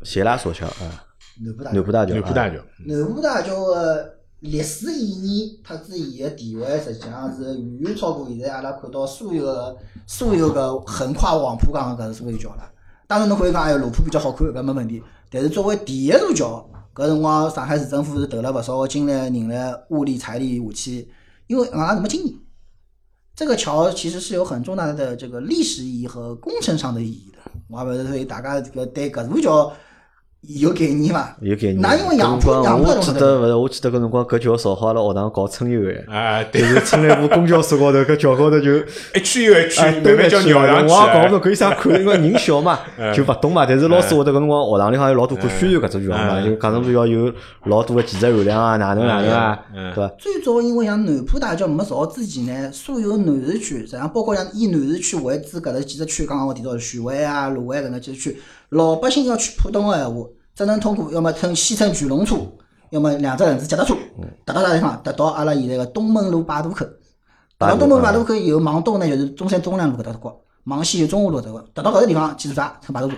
B: 谢拉所教啊，
C: 南部大
B: 南
C: 桥
B: 浦。大桥，啊
A: 南浦大
B: 桥，
A: 桥，
C: 南部大桥的历史意义，特子伊的地位，实际上是远远超过现在阿拉看到所有的所有个横跨黄浦江的搿所有桥了。当然，侬可以讲哎，罗浦比较好看，搿没问题。但是作为第一座桥，搿辰光上海市政府是投了勿少个精力、人力、物力、财力下去，因为阿拉没经验。这个桥其实是有很重大的这个历史意义和工程上的意义的。我也不是说大家这个对搿座桥有概念伐？
B: 有概念。
C: 㑚因为杨浦
B: 搿辰光
C: 杨浦
B: 我
C: 的
B: 记
C: 辰
B: 得
C: 光，
B: 勿是，我记得搿辰光搿教室好阿拉学堂搞春 游个，
A: 啊，
B: 就
A: 对，
B: 是春来部公交车高头搿桥高头就。
A: 一圈又一
B: 哎
A: 圈，，慢
B: 对
A: 慢叫绕上
B: 我
C: 啊
B: 也搞
A: 去。啊
B: 不懂搿有啥看，因为人 小嘛，就勿懂嘛。但是老师会得搿辰光学堂里向有老多过宣传搿只学校嘛，
A: 嗯嗯
B: 就讲成要有老多个技术含量啊，哪能哪能啊，
A: 嗯
B: 对伐？
C: 最早因为像南浦大桥没造之前呢，所有南市区，实际上包括像以南市区为主搿头几只区，刚刚我提到的徐汇啊、卢湾搿能几只区，老百姓要去浦东个闲话，只能通过要么乘西乘巨龙车，要么两只轮子脚踏车，达到啥地方？达到阿拉现在个东门路摆渡口。达到东门路摆渡口以后，往东呢就是中山中山路搿搭搭过，往西就中华路搿搭过。达到搿个地方，记住啥？乘摆渡车。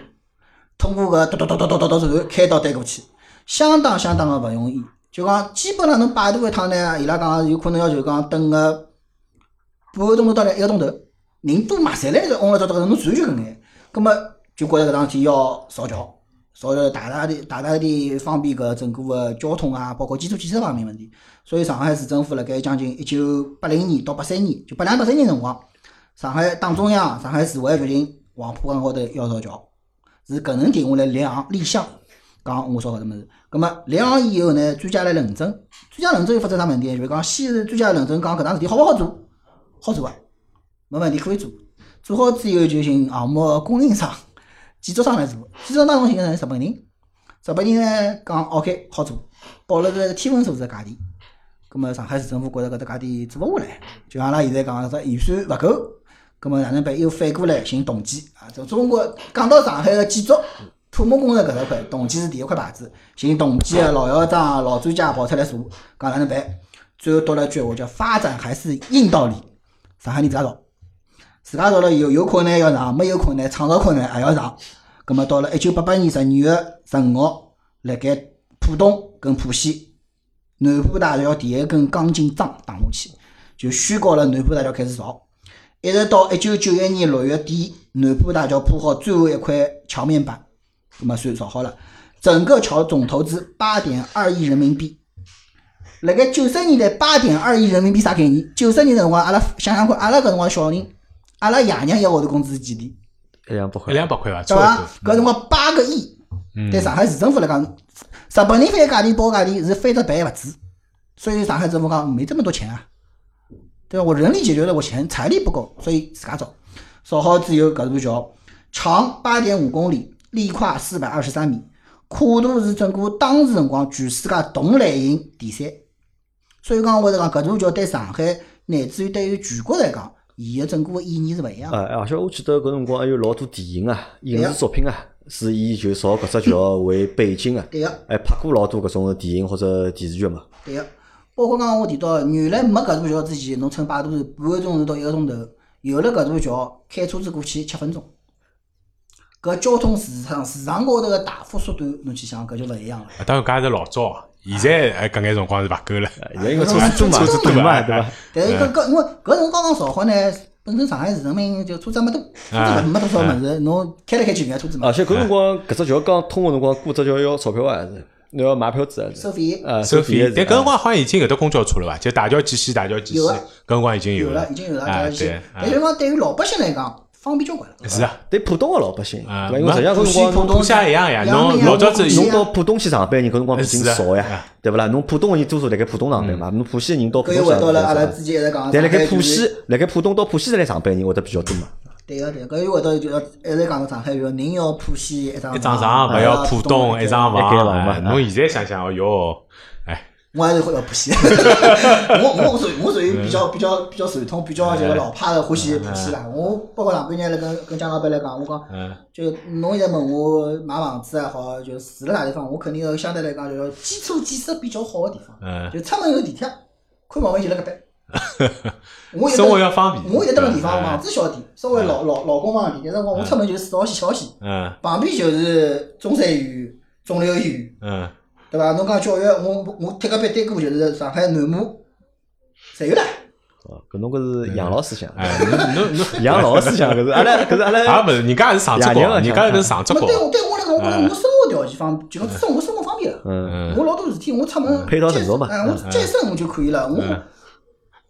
C: 通过搿嘟嘟嘟嘟嘟嘟嘟船开到对过去，相当相当的勿容易。就讲基本上侬摆渡一趟呢，伊拉讲有可能要求讲等个半个钟头到一个钟头，人多嘛，侪来是嗡了糟糟搿种，侬船就搿眼，葛末就觉着搿桩事体要造桥，造桥大大的大大的方便搿整个个交通啊，包括基础建设方面问题。所以上海市政府辣盖将近一九八零年到八三年，就八两到八三年辰光，上海党中央、上海市委决定黄浦江高头要造桥。是搿能定下来立项立项，讲我说搿只物事。葛末立项以后呢，专家来论证，专家论证又发生啥问题呢？就是讲先是专家论证讲搿桩事体好勿好做，好做啊，没问题可以做。做好之后就寻项目的供应商、 建筑商来做，建筑商当中寻个人日本人，日本人呢讲 OK 好做，报了个天文数字的价钿。葛末上海市政府觉着搿只价钿做勿下来，就像阿拉现在讲个预算勿够，葛末哪能办？又反过来寻动机啊！就中国讲到上海个建筑土木工程搿一块，动机是第一块牌子，寻动机个老校长、老专家跑出来坐，讲哪能办？最后到了一句话叫“发展还是硬道理”，上海人自家造，自家造了以后有困难要上，没有困难创造困难还要上。葛末到了一九八八年十二月十五号，辣盖浦东跟浦西南浦大桥第一根钢筋桩打下去，就宣告了南浦大桥开始造。一直到一九九一年六月底，南浦大桥铺好最后一块桥面板，那么算造好了。整个桥总投资八点二亿人民币。辣盖九十年代，八点二亿人民币啥概念？九十年辰光，阿拉想想看，阿拉搿辰光小人，阿拉爷娘一个号头工资是几钿？
B: 一两百
A: 一
B: 块，
A: 两百块吧，
C: 对
A: 差
C: 伐
A: 不？
C: 搿
A: 多。
C: 辰光八个亿，
A: 嗯
C: 对上海市政府来讲，日本人翻价钿报价钿是翻了倍还勿止，所以上海政府讲没这么多钱啊，对吧？我人力解决了，我钱财力不够，所以自家造。造好之后，搿座桥长八点五公里，力跨四百二十三米，跨度是整个当时辰光全世界同类型第三。所以讲，我是讲搿座桥对上海乃至于对于全国来讲，伊个整个个意义是勿一样的。
B: 哎，而且我记得搿辰光还有老多电影啊、影
C: 对
B: 视
C: 呀
B: 作品啊，是以就朝搿只桥为背景啊，
C: 对个、
B: 还拍过老多搿种电影或者电视剧嘛。
C: 对个，包括刚刚我提到，原来没搿座桥之前，侬乘摆渡船半个钟头到一个钟头，有了搿座桥，开车子过去七分钟。搿交通市场市场高头个大幅缩短，侬去想搿就勿一样了。
A: 啊当然，搿也是老早啊，现在哎搿眼辰光是勿够 了。
B: 哎现在因为车子多嘛，车
C: 车子
B: 子
C: 多
B: 多
A: 嘛
B: 嘛，对伐？
C: 但是搿搿因为搿辰光刚造好呢，本身上海市人民就车子也没多，车子没多少物事，侬开来开去搿眼车子嘛
B: 而，且搿辰光搿只桥刚通个辰光，过只桥要钞票啊，还是要买票子啊，
C: 收费
B: 啊，
A: 收费，。
B: 费
A: 哎但搿辰光好像已经有得公交车了伐？就大桥几线，大桥几线，
C: 有啊
A: 搿辰光已经
C: 有
A: 了
C: 了，已，经有了，
A: 啊
C: 搿些
A: 对
C: 但是讲对于老百姓来讲，方便交关了。
A: 是啊。
B: 对浦东个老百姓，对
A: 啊
B: 伐？因为实际上搿辰
C: 浦西啊
B: 光
C: 浦
B: 侬
C: 东
A: 下一样呀侬
C: 阳明
A: 老早子
C: 浦
B: 侬
C: 西
B: 到
C: 啊
B: 浦东去上班，人搿辰光毕竟
A: 是啊
B: 少
A: 啊
B: 呀，对勿啦？侬浦东个人多数辣盖浦东上班嘛，侬浦西人到浦
C: 搿又
B: 东
C: 回
B: 上
C: 到了阿拉
B: 班
C: 之。前一直讲，
B: 但辣盖
C: 上海
B: 浦
C: 就是
B: 西，辣盖浦东到浦西再来上班人会得比较多嘛。
C: 对个对个，搿又回到就要一直讲到上海，要人要浦西一张哎
A: 一张床，
B: 哎
A: 勿要浦东一张
B: 一间房
A: 房。
B: 嘛
A: 哎侬现在想想，哦哟，哎，
C: 我还是会要 浦西。我我属于我属于比
A: 嗯
C: 较比较比较传统、比较
A: 哎
C: 就是老派的欢喜浦西啦。我包括上半日来跟跟江老板来讲，我讲
A: 嗯，
C: 就侬现在问我买房子也好，就住辣啥地方，我肯定要相对来讲就要基础建设比较好的地方，
A: 嗯
C: 就出门有地铁，看毛病就辣搿 搭。我有
A: 生活
C: 得
A: 要方便。哎
C: 我有得地方
A: 嗯
C: 房，子小点，稍微老老老公房点，但是我我出门就是四号线、七号线。
A: 嗯
C: 旁边就是中山医院、肿瘤医院，
A: 嗯，
C: 对伐？侬讲教育，我我踢个别对过就是上海南马，侪有啦。
B: 哦，搿侬搿是养老思想，
A: 哎，侬侬侬
B: 养老思想搿是阿拉搿是阿
A: 也
B: 拉
A: 勿是，人家是上职
B: 爷娘
A: 高，
B: 啊
A: 人
B: 想
A: 家是上职
C: 那
A: 高
C: 么。对我对我来讲，我觉着
A: 嗯
C: 我生活条件方，就讲生活生活方便了。
B: 嗯
A: 嗯
C: 我老多事体，我出门
B: 配套成熟嘛
C: 哎，我
A: 嗯
C: 再生我就可以了。我
A: 嗯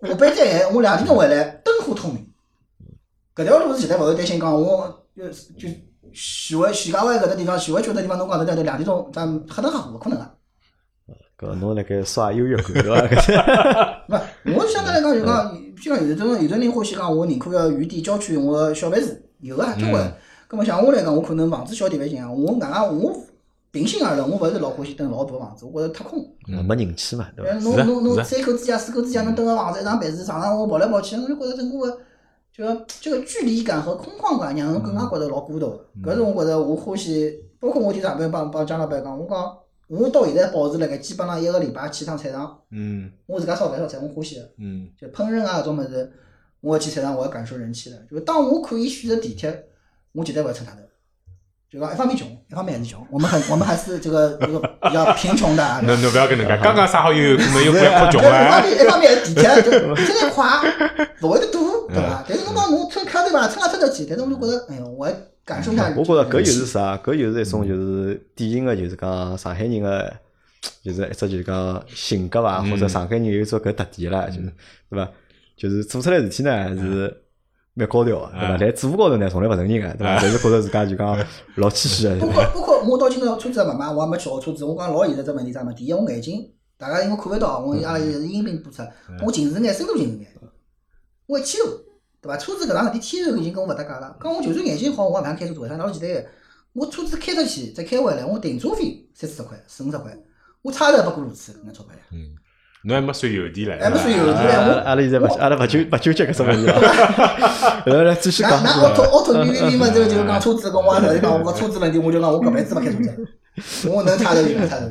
C: 下班再来，我两点钟回来，灯火通明。搿条路是绝对勿会担心讲我就就徐汇、徐家汇搿搭地方，徐汇区搿搭地方，侬讲得对对，两点钟咱黑灯黑火勿可能啊个。
B: 搿侬辣盖刷优越感对伐？啊 搿是
C: 勿，我相对来讲就讲，
A: 嗯
C: 就像有的种有的人欢喜讲，我宁可要远点郊区，我小别墅有啊，交
A: 嗯
C: 关。葛么像我来讲，我可能房子小点勿行啊，我硬硬我平心而论，我勿是老欢喜蹲老大个房子，我觉着太空。
B: 嗯没人气嘛，对伐？
C: 哎
A: 是啊
C: 侬侬
A: 是
C: 侬
A: 啊
C: 三口之家、四口之家，侬蹲个房子一张被子，上上下下跑来跑去，我就觉着整个就这个距离感和空旷感，让人更加觉着老孤独。
A: 嗯
C: 搿是我觉着我欢喜，包括我天上班帮帮江老板讲，我讲我到现在保持辣盖基本上一个礼拜去趟菜场，
A: 嗯
C: 我自家烧饭烧菜，我欢喜个。
A: 嗯
C: 就烹饪啊搿种物事，我去菜场我要感受人气的。就当我可以选择地铁，我绝对勿要乘他的。就讲一方面穷，一方面还是穷，我们很我们还是这个这个比较贫穷的啊。
A: 侬侬勿要搿能介，刚刚啥好悠悠，可能 又快哭
C: 对
A: 穷啊
C: 一方
A: 了。哎
C: 面一方面地铁就现在快，勿会得堵，对伐？但是侬讲侬乘开对伐？乘也乘得起，但是我就觉着，哎哟，我还感受一下。
B: 我觉着搿就是啥，搿就是一种就是典型个，就是讲上海人个，就是一只就是讲性格伐，
A: 嗯
B: 或者上海人有一种搿特点啦，就是对伐？就是做出来事体呢是蛮高调个，对伐
A: 嗯？
B: 但做法高头呢从来勿承认个，对伐？但是觉着自家 就讲老谦虚个，
C: 包
B: 对
C: 括
B: 伐？
C: 包括我到今朝车子也没买，我也没去学车子。我讲老现实只问题啥嘛？第一，我眼睛大家因为看勿到，我阿拉也是因病播出，我近视眼深度近视眼，我一千多，对伐？车子搿桩事体天然已经跟我勿搭界了。讲我就算眼睛好，我也勿想开车子，啥老简单个。我车子开出去再开回来，我停车费三四十块、四五十块，我差头还不过如此搿能钞票呀。
A: 嗯，侬还没算油钿唻，
C: 还没算油
B: 阿
C: 钿
B: 拉啊阿拉现在勿阿拉勿纠勿纠结搿种问 题了， 来来继续
C: 那
B: 讲。
C: 那奥拓奥拓 B B B 嘛，这个就是讲车子跟我也是讲我车子问题，我就讲我搿辈子勿开车子，我能差头就能差头。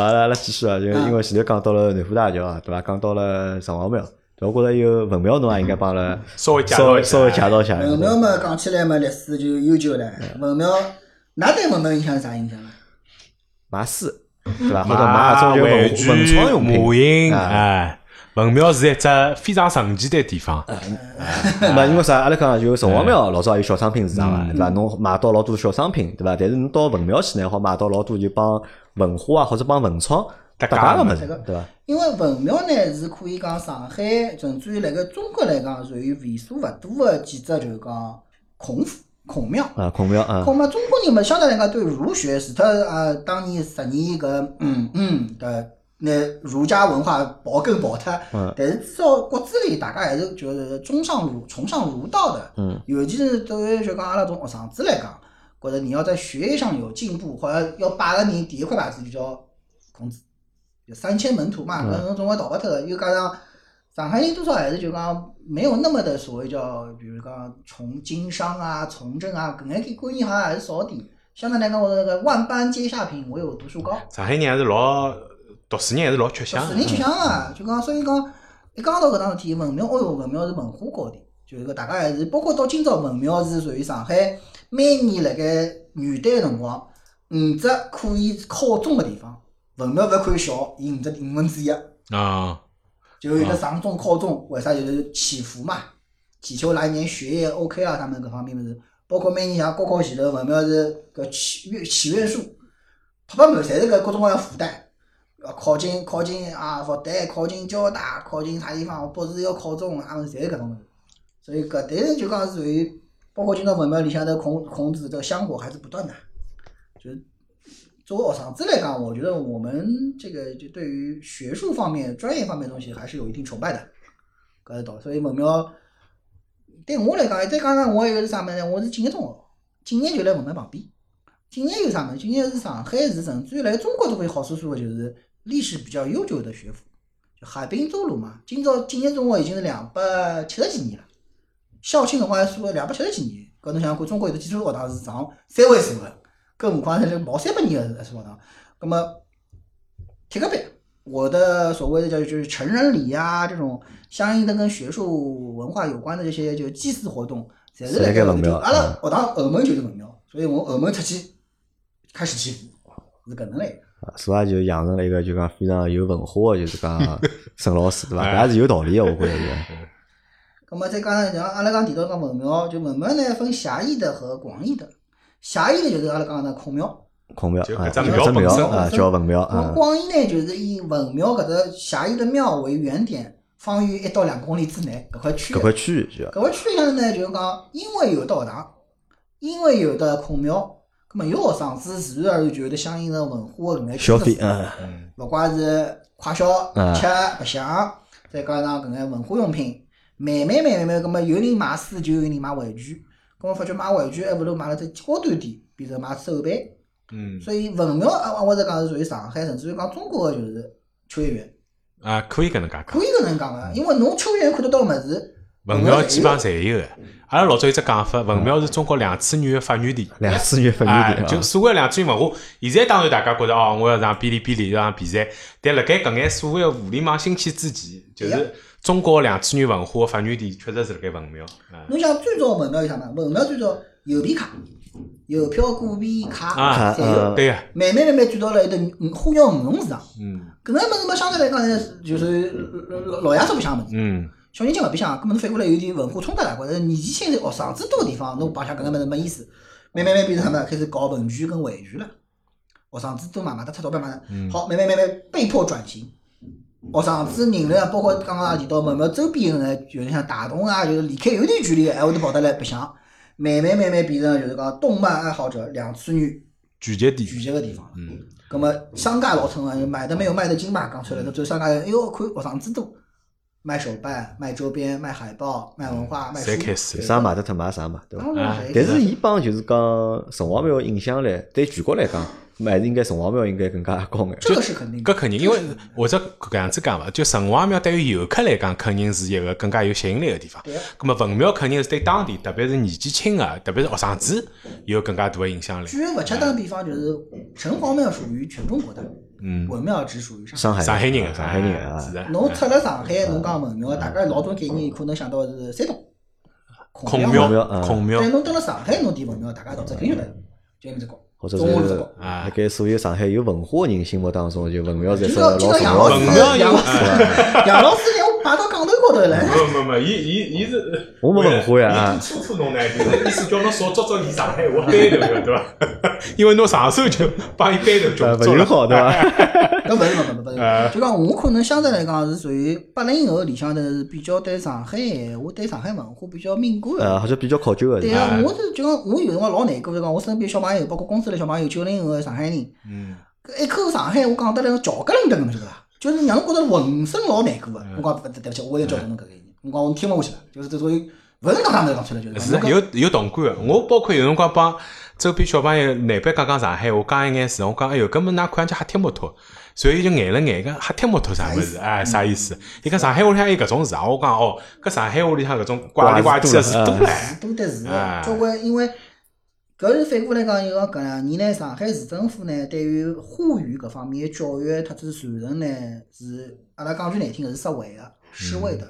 B: 阿拉阿拉继续啊，就因为前头讲到了南湖大桥啊，对伐？讲到了城隍庙，对伐我觉着有文庙侬也应该帮阿拉
A: 稍微介
B: 稍
A: 绍一
B: 微
A: 下
B: 稍微介绍一下。
C: 文庙嘛，讲起来嘛，历史就悠久了。文庙，㑚对文庙印象是啥印象啊？
B: 买书，对伐？或者买那种就文
A: 玩具、
B: 文创用
A: 模
B: 品。
A: 型，
B: 啊
A: 哎，文庙是一只非常神奇的地方。
B: 呃嘛，因为啥？阿拉讲就城隍庙老早有小商品市场嘛，对伐？侬买到老多小商品，对伐？但是侬到文庙去呢，好买到老多就帮文化啊，或者帮文创搭界个物事，对伐？
C: 因为文庙呢是可以讲上海，甚至于辣盖中国来讲，属于为数勿多的几只就是讲孔府、孔庙。
B: 啊，孔庙啊，
C: 孔嘛，中国人嘛，相对来讲对儒学，除脱啊，当年十年搿嗯嗯的那儒家文化刨根刨脱
B: 嗯，
C: 但是至少骨子里大家还是就是崇尚儒崇尚儒道的。
B: 嗯，
C: 尤其是对于就讲阿拉种学生子来讲，觉着你要在学业上有进步，好像要摆个人第一块牌子就叫孔子，就三千门徒嘛，
B: 嗯
C: 搿侬总归逃勿脱个。又加上上海人多少还是就讲没有那么的所谓叫，比如讲从经商啊、从政啊搿眼个观念好像还是少点。相对来讲，我这个万般皆下品，唯有读书高。
A: 上海人还是老读书人，还是老吃香
C: 是
A: 的。
C: 人吃香啊，就讲所以讲，一讲到搿桩事体，文庙，哦哟，文庙是文化高地，就是搿大家还是包括到今朝，文庙是属于上海每年辣盖元旦辰光，五只可以敲钟个地方，文庙勿可以小，伊五只五分之一，
A: 啊，
C: 就有得上钟敲钟，为啥就是祈福嘛，祈求哪一年学业 OK 啊，他们搿方面物事，包括每年像高考前头，文庙是搿祈愿祈愿书，拍拍满，侪是搿各种各样福袋。呃，考进考进啊，复旦考进交大，考进啥地方，博士要考中，啊，侪是搿种物事。所以搿，但是就讲是属于，包括今朝文庙里向的孔孔子这个香火还是不断的。就是作为学生子来讲，我觉得我们这个就对于学术方面、专业方面的东西还是有一定崇拜的，搿是道理。所以文庙对我来讲，再加上我一个是啥物事呢？我是敬业中学，敬业就辣文庙旁边。敬业有啥物事？敬业是上海市，甚至于来中国都会好说说的，就是历史比较悠久的学府，就海滨中路嘛。今朝敬业中学已经是两百七十几年了，校庆辰光还说两百七十几年。搿侬想想看，中国有的基础学堂是上三位数的，更何况是这毛三百年的学堂。葛么，铁个板，我的所谓的叫就是成人礼啊，这种相应的跟学术文化有关的这些就祭祀活动，侪是
B: 侪
C: 辣
B: 辣
C: 盖
B: 盖
C: 文
B: 文
C: 庙。
B: 庙
C: 阿拉学堂后门就是文庙，所以我后门出去开始祈福，是搿能来的。
B: 啊所以也就养成了一个就讲非常有文化的，就是讲沈老师，对伐？搿也是有道理的，我觉着是。
C: 咁么再加上像阿拉刚提到讲文庙，就文庙呢分狭义的和广义的。狭义的就是阿拉讲的孔庙，
B: 孔庙
A: 就
B: 啊，
A: 搿只
B: 搿
A: 庙
B: 只
A: 本
B: 庙
A: 身
B: 啊，叫文庙啊。
C: 广义呢就是以文庙搿只狭义的庙为原点，方圆一到两公里之内搿块区域。
B: 搿块区域就要
C: 搿块区域向呢就是讲，因为有道学堂，因为有的孔庙，葛么有学生子自然而然就有得相应的文化搿眼
B: 消费
C: 知识
B: 嗯，
C: 勿怪是快消、
A: 啊
B: 嗯
C: 吃、白相，再加上搿眼文化用品，慢慢慢慢慢，葛么有人买书，就有人买玩具，葛么发觉买玩具还不如买了只高端点，变成买手办。
A: 嗯
C: 所以文庙啊，我者讲是属于上海，甚至于讲中国个就是秋叶原，
A: 啊，可以搿能介讲
C: 可。以搿能讲啊个，因为侬秋叶原看得到个物事，
A: 文庙基本上侪有个。阿拉老早有只讲法，
B: 嗯
A: 文庙是中国两次元的发源地。
B: 两次元分
A: 哎
B: 源，地
A: 就
B: 啊，
A: 所谓的两次元文化，现在当然大家觉得哦，我要上哔哩哔哩上比赛，但辣盖搿眼所谓的互联网兴起之前，就
C: 对
A: 是中国两次元文化的发源地确实是辣盖文庙。啊
C: 侬想最早文庙有啥嘛？文庙最早邮币卡、邮票、股票、卡
A: 啊
C: 侪有，
A: 对个，
C: 慢慢慢慢转到了一头嗯花鸟鱼虫市场。
A: 嗯
C: 搿个物事嘛，相对来讲呢，就是老老老爷子白相个物事，
A: 嗯
C: 小年轻勿白相，搿么侬反过来有点文化冲突啦，或者年纪轻的学生子多个地方，侬白相搿能物事没意思。慢慢慢慢变成啥呢？开始搞文具跟玩具了。学生子多嘛，买得出钞票嘛，
A: 嗯
C: 好，慢慢慢慢被迫转型。学生子人流啊，包括刚刚也提到嘛，么周边的呢，就是像大同啊，就是离开有点距离的，还会得跑得来白相。慢慢慢慢变成就是讲动漫爱好者两次元
A: 聚集
C: 聚
A: 地。
C: 集个地方了。
A: 嗯，
C: 葛么商家老称啊，买的没有卖的精嘛，讲出来的，最后商家哎哟，看学生子多，卖手办、卖周边、卖海报、卖文化、卖书，
A: 侪开始
B: 有啥买得脱买啥嘛，对伐？
C: 当然了
B: 但是
C: 侪
B: 伊帮就是讲城隍庙影响嘞，对全国来讲，还是应该城隍庙应该更加高眼。
C: 这个是肯定的
A: 搿，肯定，因为或者搿样子讲伐，就城隍庙对于游客来讲，肯定是一个更加有吸引力个地方。
C: 对啊
A: 咁么文庙肯定是对当地，特别是年纪轻个，特别是学生子，有更加大个影响力。
C: 举个勿恰当的比方，就是城隍庙属于全中国的，
A: 嗯，
C: 文庙只属于上海。
B: 上
A: 上
B: 海，
A: 海人
B: 啊
A: 啊，
B: 上海人
A: 啊，
B: 啊
A: 是，的。
C: 侬出了上海，侬讲文庙，大家老早概念可能想到是山东孔
A: 孔
B: 庙
A: 庙
B: 啊，
A: 孔庙
C: 但，侬到了上海，侬提文庙，大家脑子肯定来，就埃面只高，
B: 或者
C: 中华路只
B: 是
C: 高。
A: 啊
B: 辣盖所有上海有文化人心目当中，就文庙侪
C: 今
B: 是
C: 朝
B: 老
C: 今
B: 重
C: 朝杨老
B: 要
C: 师
A: 文
B: 的。
A: 庙
C: 杨
A: 有
C: 老师，杨老师，我摆到杠头高头 来。
A: 没没没，伊伊伊是，
B: 我没文化呀啊
A: 伊粗粗侬呢，就是意思叫侬少叫叫伊上海话对头个，对伐？ 因为侬上手就帮伊对头
B: 呃，
A: 就
B: 不
A: 做
B: 友
A: 了。
B: 好对伐？
C: 那勿是勿是勿是，
B: 哎
C: 勿是就讲我可能相对来讲是属于八零后里向头是比较对上海闲话、对上海文化比较敏感
B: 呃，
C: 的。
B: 好像比较考究个。
C: 对啊，我是就讲我有辰光老难过，就讲我身边小朋友，包括公司里小朋友，九零后的上海人，
A: 嗯，
C: 搿一口上海话讲得来嚼格楞登，侬晓得伐？就是让侬觉得浑身老难过个。
B: 哎
C: 我讲勿对对不起，我也教侬搿个概念，我讲我听勿下去了，就是这种勿是讲啥物事讲出来，
B: 哎
C: 就是
A: 是
C: 讲
A: 的有有同感个。我包括有辰光帮周边小朋友难办讲讲上海话，讲一眼事，我讲哎哟，搿么㑚看上去瞎听勿脱。所以就眼了眼，讲瞎听勿脱啥物
B: 嗯
A: 事，哎，啥意思？伊讲上海话里向有搿种事啊，我讲哦，搿上海话里向搿种怪里怪气的事
B: 怪事
A: 多
B: 多
A: 唻。
C: 多得是
A: 哎
C: 的，交关因为搿是反过来讲，就讲搿两年呢，上海市政府呢对于沪语搿方面的教育特子传承呢是阿拉讲句难听个是失位个、失位的。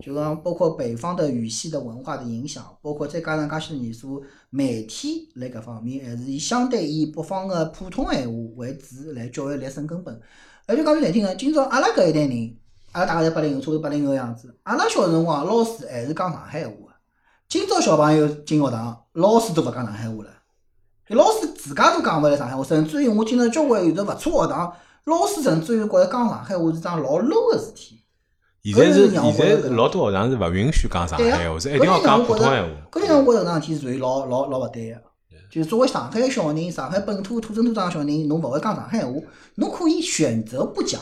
C: 就讲包括北方的语系的文化的影响，包括再加上介许多年数媒体辣搿方面，还是以相对以北方的普通闲话为主来教育来深根本。而且讲句难听个，今朝阿拉搿一代人，阿拉大概侪八零后，差不多八零后样子，阿拉小辰光老师还是讲上海话个。今朝小朋友进学堂，老师都勿讲上海话了，老师自家都讲勿来上海话，甚至于我听到交关有的勿错学堂，老师甚至于觉着讲上海话是桩老 low 个事体。
A: 现在是现在老多学堂是勿允许讲上
C: 对啊
A: 海话，是一
C: 搿
A: 定
C: 就
A: 要
C: 让
A: 讲
C: 我
A: 普
C: 觉
A: 通闲
C: 着
A: 话。，
C: 搿就让我觉着搿桩事体属于老老老勿对个。就是作为上海小人，上海本土土生土长的小人，侬勿会讲上海话，侬可以选择不讲，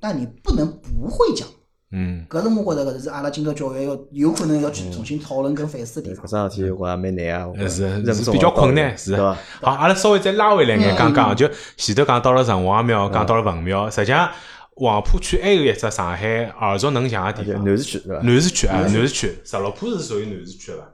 C: 但你不能不会讲。
A: 嗯，
C: 搿是我觉着搿是阿拉今朝教育要有可能要去重新讨论跟反思的地方
B: 搿。桩事体我也蛮难啊，我
A: 呃是
B: 认
A: 是
B: 不
A: 比较困难，是
B: 是伐？
A: 好，阿拉稍微再拉回来
C: 嗯
A: 眼，讲讲就前头讲到了城隍
B: 嗯
A: 庙，讲到了文庙，实际上黄浦区还有一只上海耳熟能详的地
B: 啊就嗯
A: 方，
B: 南市区对伐？
A: 南市区啊，南市区，石老浦是属于南市区伐？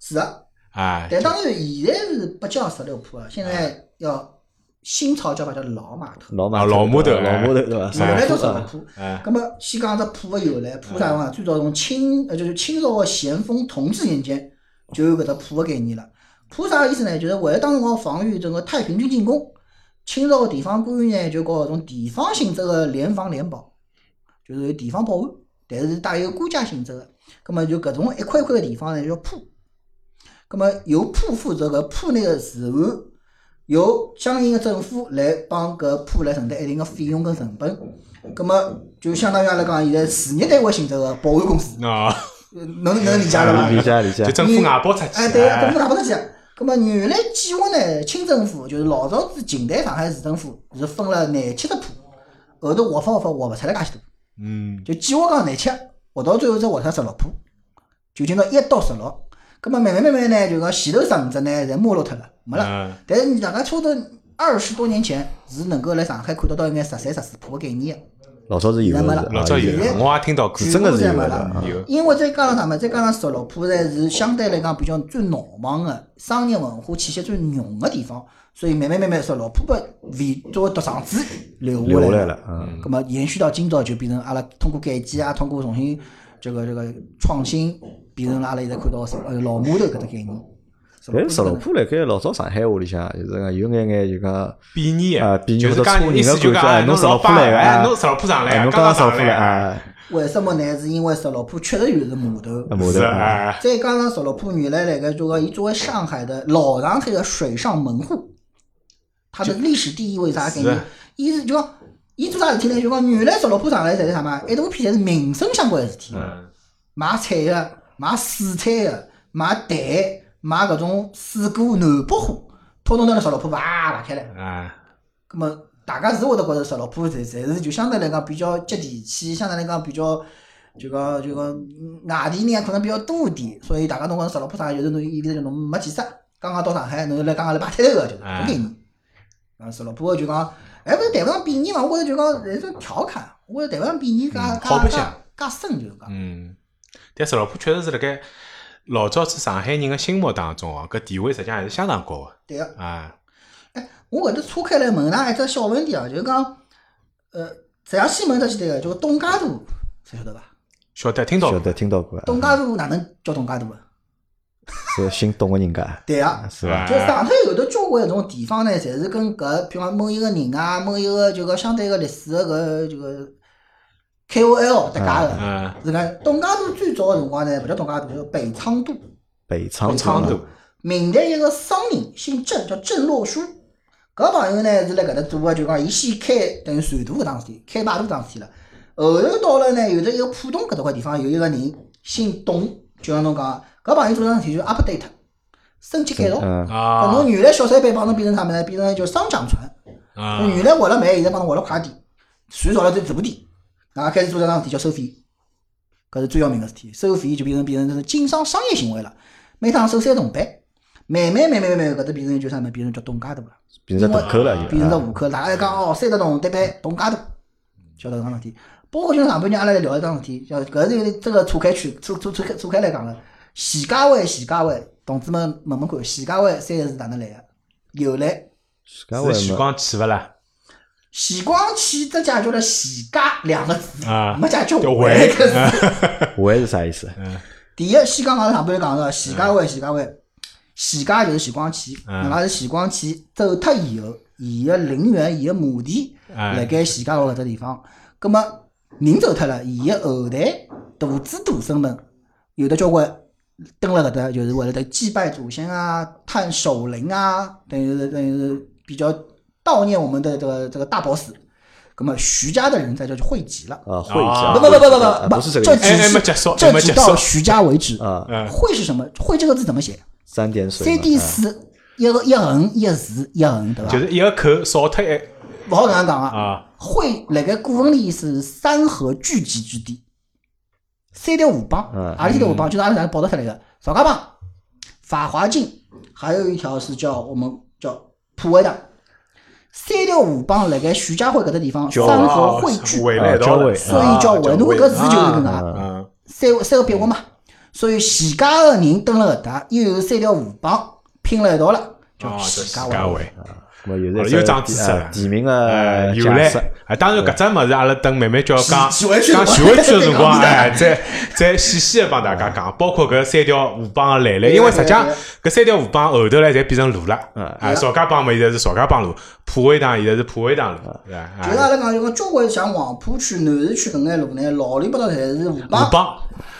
C: 是的。
A: 啊，
C: 但当然，现在是不叫十六铺啊，现在要新潮叫法叫老码头，
B: 老
A: 啊
B: 码
A: 老码头
B: 老
A: 哎
B: 码头对伐？
C: 原
B: 上
C: 来
B: 海
C: 叫
B: 浦
C: 十六
B: 啊
C: 铺。
A: 哎，
C: 那么先讲只铺的由来，铺啥嘛？最早从清呃就是清朝的咸丰同治年间就有搿只铺的概念了。铺啥意思呢？就是为了当时光防御整个太平军进攻，清朝的地方官员呢就搞搿种地方性质的联防联保，就是有地方保安，但是带有官家性质的。那么就搿种一块一块的地方呢叫铺。那么由铺负责搿铺内的治安，由相应的政府来帮搿铺来承担一定的费用跟成本。葛么就相当于阿拉讲现在事业单位性质个保安公司，
A: 啊，
C: 呃能能理解了
B: 理
C: 伐？
B: 解理解
A: 就，政府外包出
C: 哎，
A: 去，
C: 对，
A: 哎
C: 政府打不得去。咁么原来计划呢，清政府就是老早子近代上海市政府是分了廿七只铺，后头划分划分划勿出来介许多铺，
A: 嗯
C: 就计划讲廿七，划到最后只划出十六铺，就今朝一到十六。咁么慢慢慢慢呢，就讲前头十五只呢，侪没落脱了，没了。
A: 嗯
C: 但是你大概差不多二十多年前是能够来上海看得到一眼十三、十四铺的概念的。
B: 老早啊是有
C: 那
B: 的
C: 么
B: 是
C: 了
B: 吧，
A: 老早有
C: 现在，
A: 我也听到过，
C: 全
B: 真的
C: 部
B: 是
C: 侪
B: 有
C: 没
B: 的
C: 了
B: 啊。
A: 有
C: 因为再加上啥么？再加上十六铺呢是相对来讲比较最闹忙的商业文化气息最浓的地方，所以慢慢慢慢十六铺的味作为独生子留
B: 留下
C: 下
B: 来
C: 来
B: 了。。嗯，
C: 咁么延续到今朝就变成阿拉通过改建啊，通过重新这个这个创新，变成了阿拉现在看到的十呃老码头搿只概念。
B: 但哎是十六铺
C: 铺
B: 辣盖老早上海话里向就是讲有眼眼就讲。
A: 比拟
B: 啊
A: 的，
B: 比拟
A: 就
B: 或
A: 是
B: 者
A: 讲
B: 搓
A: 意
B: 人
A: 思
B: 的
A: 就
B: 感
A: 讲，
B: 觉
A: 哎
B: 侬
A: 老
B: 上铺来
A: 板，
B: 的
A: 哎，
B: 啊
A: 侬十六铺上来
B: 哎，
A: 啊，
B: 侬
A: 刚
B: 刚
A: 上
B: 上铺
A: 来
B: 了
A: 啊，
B: 啊，
C: 为什么呢？是因为十六铺确实有是码头。
B: 哎码头
A: 是
B: 啊，
A: 哎，
C: 再加上十六铺原来那个，就讲伊作为上海的老上海的水上门户，它的历史地位啥概念
B: 啊
A: 是？
C: 伊是就讲，伊做啥事体呢？就讲原来十六铺上来侪是啥嘛？一大批侪是民生相关的事体，
A: 嗯
C: 买菜的、买水产的、买蛋、买搿种水果、南北货，统统拿了十六铺啪拉开来。
A: 哎，
C: 咁么大家是会得觉着十六铺侪侪是就相对来讲比较接地气，相对来讲比较就讲就讲嗯外地人啊可能比较多一点，所以大家侬讲十六铺啥，有的侬现在就侬没见识，刚刚到上海，侬就来刚刚来摆摊头个，就是
A: 哎
C: 搿概念。啊，十六铺个就讲，哎，勿是谈勿上贬义嘛，我觉着就讲是一种调侃，我觉着谈勿上贬义，介
A: 嗯好白
C: 介介
A: 相
C: 介深就是讲，
A: 嗯，但十六铺确实是辣盖老早子上海人的心目当中哦，搿地位实际上还是相当高的，
C: 对啊个。
A: 哎，
C: 我搿搭岔开来问㑚一只小问题啊，就是讲，呃，实际上先问一只简单个，就董家渡，谁晓得伐？
A: 晓得听到
B: 晓
A: 过，
B: 得听到过
A: 嗯
B: 啊，
C: 董家渡哪能叫董家渡啊？
B: 是姓董个人家，
C: 对啊，
B: 是吧？
C: 就上海有的交关种地方呢，侪是跟搿，比方某一个人啊，某一个就搿相对个历史个搿这个 KOL 搭界个。
A: 嗯，
C: 是讲董家渡最早个辰光呢，勿叫董家渡，叫北仓渡。
B: 北昌
A: 昌
B: 都
A: 都，
C: 明代一个商人，姓郑，叫郑洛书。搿朋友呢是辣搿搭做个，就讲伊先开等于船渡搿桩事体，开摆渡搿桩事体了。后头到了呢，有的一个浦东搿搭块地方有一个人姓董，就像侬讲，搿朋友做桩事体就 update，升级改造。
B: 嗯，
A: 啊
C: 搿，侬原来小三板帮侬变成啥物事呢？变成叫商场船。
A: 啊
C: 侬原来划了慢，现在帮侬划了快点，船造了再直步点，然后开始做这桩事体叫收费，搿是最要命个事体。收费就变成变成是经商商业行为了，每趟收三铜板，慢慢慢慢慢慢搿搭变成叫啥物事？变成叫董家渡了，
B: 变成大口了就，
C: 变成只
B: 啊
C: 户口。大家讲哦，三十铜对板董家渡，晓得搿桩事体。包括今朝上半日阿拉来聊一桩事体，叫搿是有点这个岔开去，岔岔岔开岔开来讲了。徐家汇，徐家汇，同志们问问看，徐家汇三个字哪能来个？由来
B: 徐家汇
A: 是徐
B: 嘛，
A: 光起勿啦？
C: 徐光启只解决了“徐家”两个字，
A: 啊
C: 没解
A: 叫
C: 决
A: 啊
C: 回
A: 回
C: 一个字。
B: 汇是啥意思？
C: 第一，先讲阿上半讲个徐家汇，徐家汇，徐家就是徐光启，
A: 嗯
C: 那么是徐光启走脱以后，伊个陵园、伊个墓地，
A: 嗯
C: 辣盖徐家汇搿只地方。葛么人走脱了，伊个后代徒子徒孙们，有的交关蹲辣搿搭，就是为了得祭拜祖先啊、探守灵啊，等于是等于是比较悼念我们的这个这个大 boss。葛么徐家的人在这就汇集了。
B: 啊，汇家，
A: 啊
C: 哦不不不不
B: 啊
C: 不
B: 不是这个
C: 这
B: 意
A: 集
B: 思
A: 哎
C: 只
A: 哎
C: 是
A: 没结束
C: 这
A: 没
C: 只
A: 结
C: 到
A: 束
C: 徐家为止。
B: 啊，
A: 嗯
C: 会是什么？会这个字怎么写？
B: 三点水
C: 三
B: 嘛，
C: 点
B: 啊
C: 水，一个一横一竖一横，对吧？
A: 就是一个口少脱一
C: 不好搿样讲啊。
A: 啊，
C: 会辣盖古文里意思是山河聚集之地，三条河浜
B: 嗯，
C: 阿里三条河浜就是阿拉哪能报得出来的？邵家浜、法华经，还有一条是叫我们叫普洱塘。三条河浜辣盖徐家汇搿个地方，
A: 交
C: 山河汇聚，
A: 回来
B: 交汇
C: 所以叫围侬搿字就是搿能
B: 啊
C: 介。
A: 嗯，
C: 三个三个笔画嘛。所以徐家的人蹲了搿搭，又有三条河浜拼了一道了，
A: 哦，
C: 叫
A: 徐
C: 徐家
A: 家
C: 汇。
A: 汇，
B: 我有
A: 好
B: 在
A: 了又长知识了
B: 地名啊的
A: 有
B: 假
A: 嘞
B: 设，
A: 啊，当然搿只物事阿拉等慢慢叫讲
C: 呃 徐徐汇区
A: 讲
C: 的
A: 徐汇区 的辰光，
C: 对
A: 哎，再再细细的帮大家讲，包括搿三条河浜的来历，因为实际上
C: 对
A: 搿三条河浜后头来侪变成路了，
B: 嗯
A: 啊，邵家浜嘛现在是邵家浜路，普洱塘现在是普洱塘路，
C: 嗯
A: 对伐？
C: 就是
A: 啊
C: 阿拉讲，就讲交关像黄浦区、南市区搿眼路呢，老里八道侪是河
A: 河
C: 浜，
A: 浜，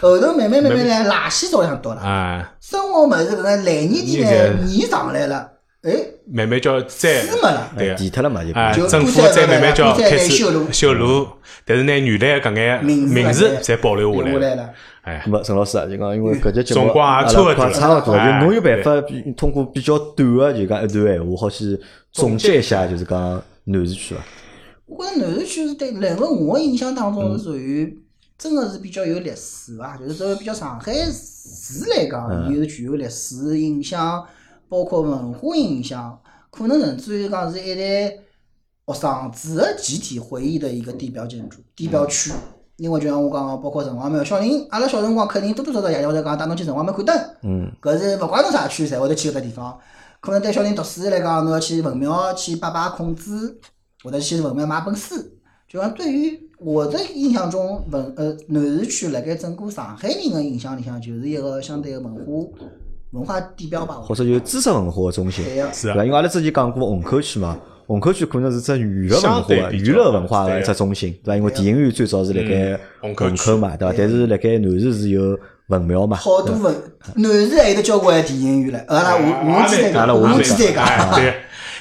C: 后头慢慢慢慢呢，垃圾早上到了，
A: 啊，
C: 生活物事搿眼烂泥地呢，泥上来了，哎，
A: 慢慢叫再
C: 水没了，
A: 对
B: 哎，地铁了嘛就变
A: 啊，
C: 就
A: 政府
C: 搬
A: 再
C: 迁
A: 慢慢叫
C: 搬迁
A: 开
C: 修路
A: 始修路，但是呢，原来的搿眼
C: 名字
A: 名字
C: 还是
A: 侪保留下
C: 留下
A: 来
C: 来
A: 了。
C: 了。
A: 哎
B: 那么陈老师啊，就讲因为搿节节目啊
A: 辰光也
B: 阿拉
A: 差勿
B: 快
A: 多
B: 差勿多，
A: 哎
B: 就侬有办法比通过比较短个就讲一段闲话，好去总结一下，就是讲南市区伐？
C: 我觉着南市区是对辣辣我的印象当中是属于真的是比较有历史伐，就是作为比较上海市来讲，伊是具有历史影响，包括文化影响，可能甚至于讲是一代学生哦子的集体回忆的一个地标建筑、地标区。因为就像我讲个，包括城隍庙，小人阿拉小辰光肯定多多少少爷爷会得讲带侬去城隍庙看灯，
B: 嗯，
C: 搿是勿管侬啥区，侪会得去搿搭地方。可能对小人读书来讲，侬要去文庙去拜拜孔子，或者去文庙买本书。就讲对于我的印象中，文呃南市区辣盖整个上海人的印象里向，就是一个相对的文化文化地标吧。
B: 或者就是知识文化个中心，
C: 对呀，
A: 是
B: 对
A: 啊
B: 伐？因为阿拉之前讲过虹口区嘛，虹口区可能是只娱乐文
A: 相
B: 化
A: 对
B: 的、
A: 比较
B: 娱乐文化
A: 对
B: 的
A: 呀
B: 一只中心，对伐？因为电影院最早是辣盖
A: 虹口
B: 虹
A: 区
B: 口嘛，对伐？但是辣盖南市是有文庙嘛，
C: 好多文南市还有得交关电影院唻，阿拉我我记得
B: 阿拉
C: 讲，
B: 我
C: 我
B: 们
C: 记得讲，
A: 哎，对。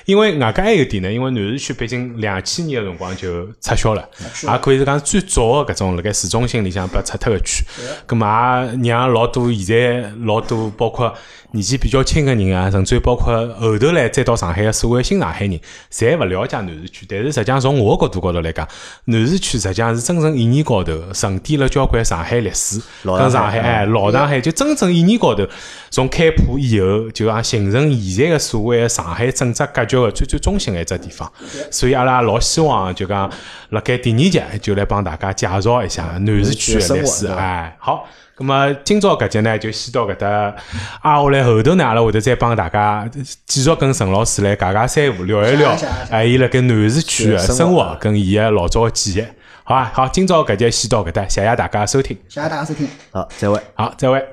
A: 因为外加还有一点呢，因为南市区毕竟两千年个辰光就撤销了，
C: 销
A: 也可以是讲最早个搿种辣盖市中心里向被拆脱个区，葛么也让啊老多现在老多包括年纪比较轻个人啊，甚至于包括后头来再到上海个所谓新上海人，侪勿了解南市区。但是实际上从我角度高头来讲，南市区实际上是真正意义高头沉淀了交关上海历史，
B: 老
A: 跟
B: 上
A: 上
B: 海
A: 海哎老上海就真正意义高头，从开埠以后就讲形成现在个所谓的上海政治格局个最最中心个一只地方。所以阿拉也老希望就讲辣盖第二集就来帮大家介绍一下南市区个历史
B: 嗯
A: 哎。好，咁么今朝搿集呢就先到搿搭，挨下来后头呢阿拉会得再帮大家继续跟陈老师来解解三胡，聊一聊
C: 想一想想一，想
A: 哎，伊辣盖南市区个
B: 生活
A: 啊生活跟伊个老早个记忆。好啊，好，今朝搿集先到搿搭，谢谢大家收听，
C: 谢谢大家收听。
B: 好，再会。
A: 好，再会。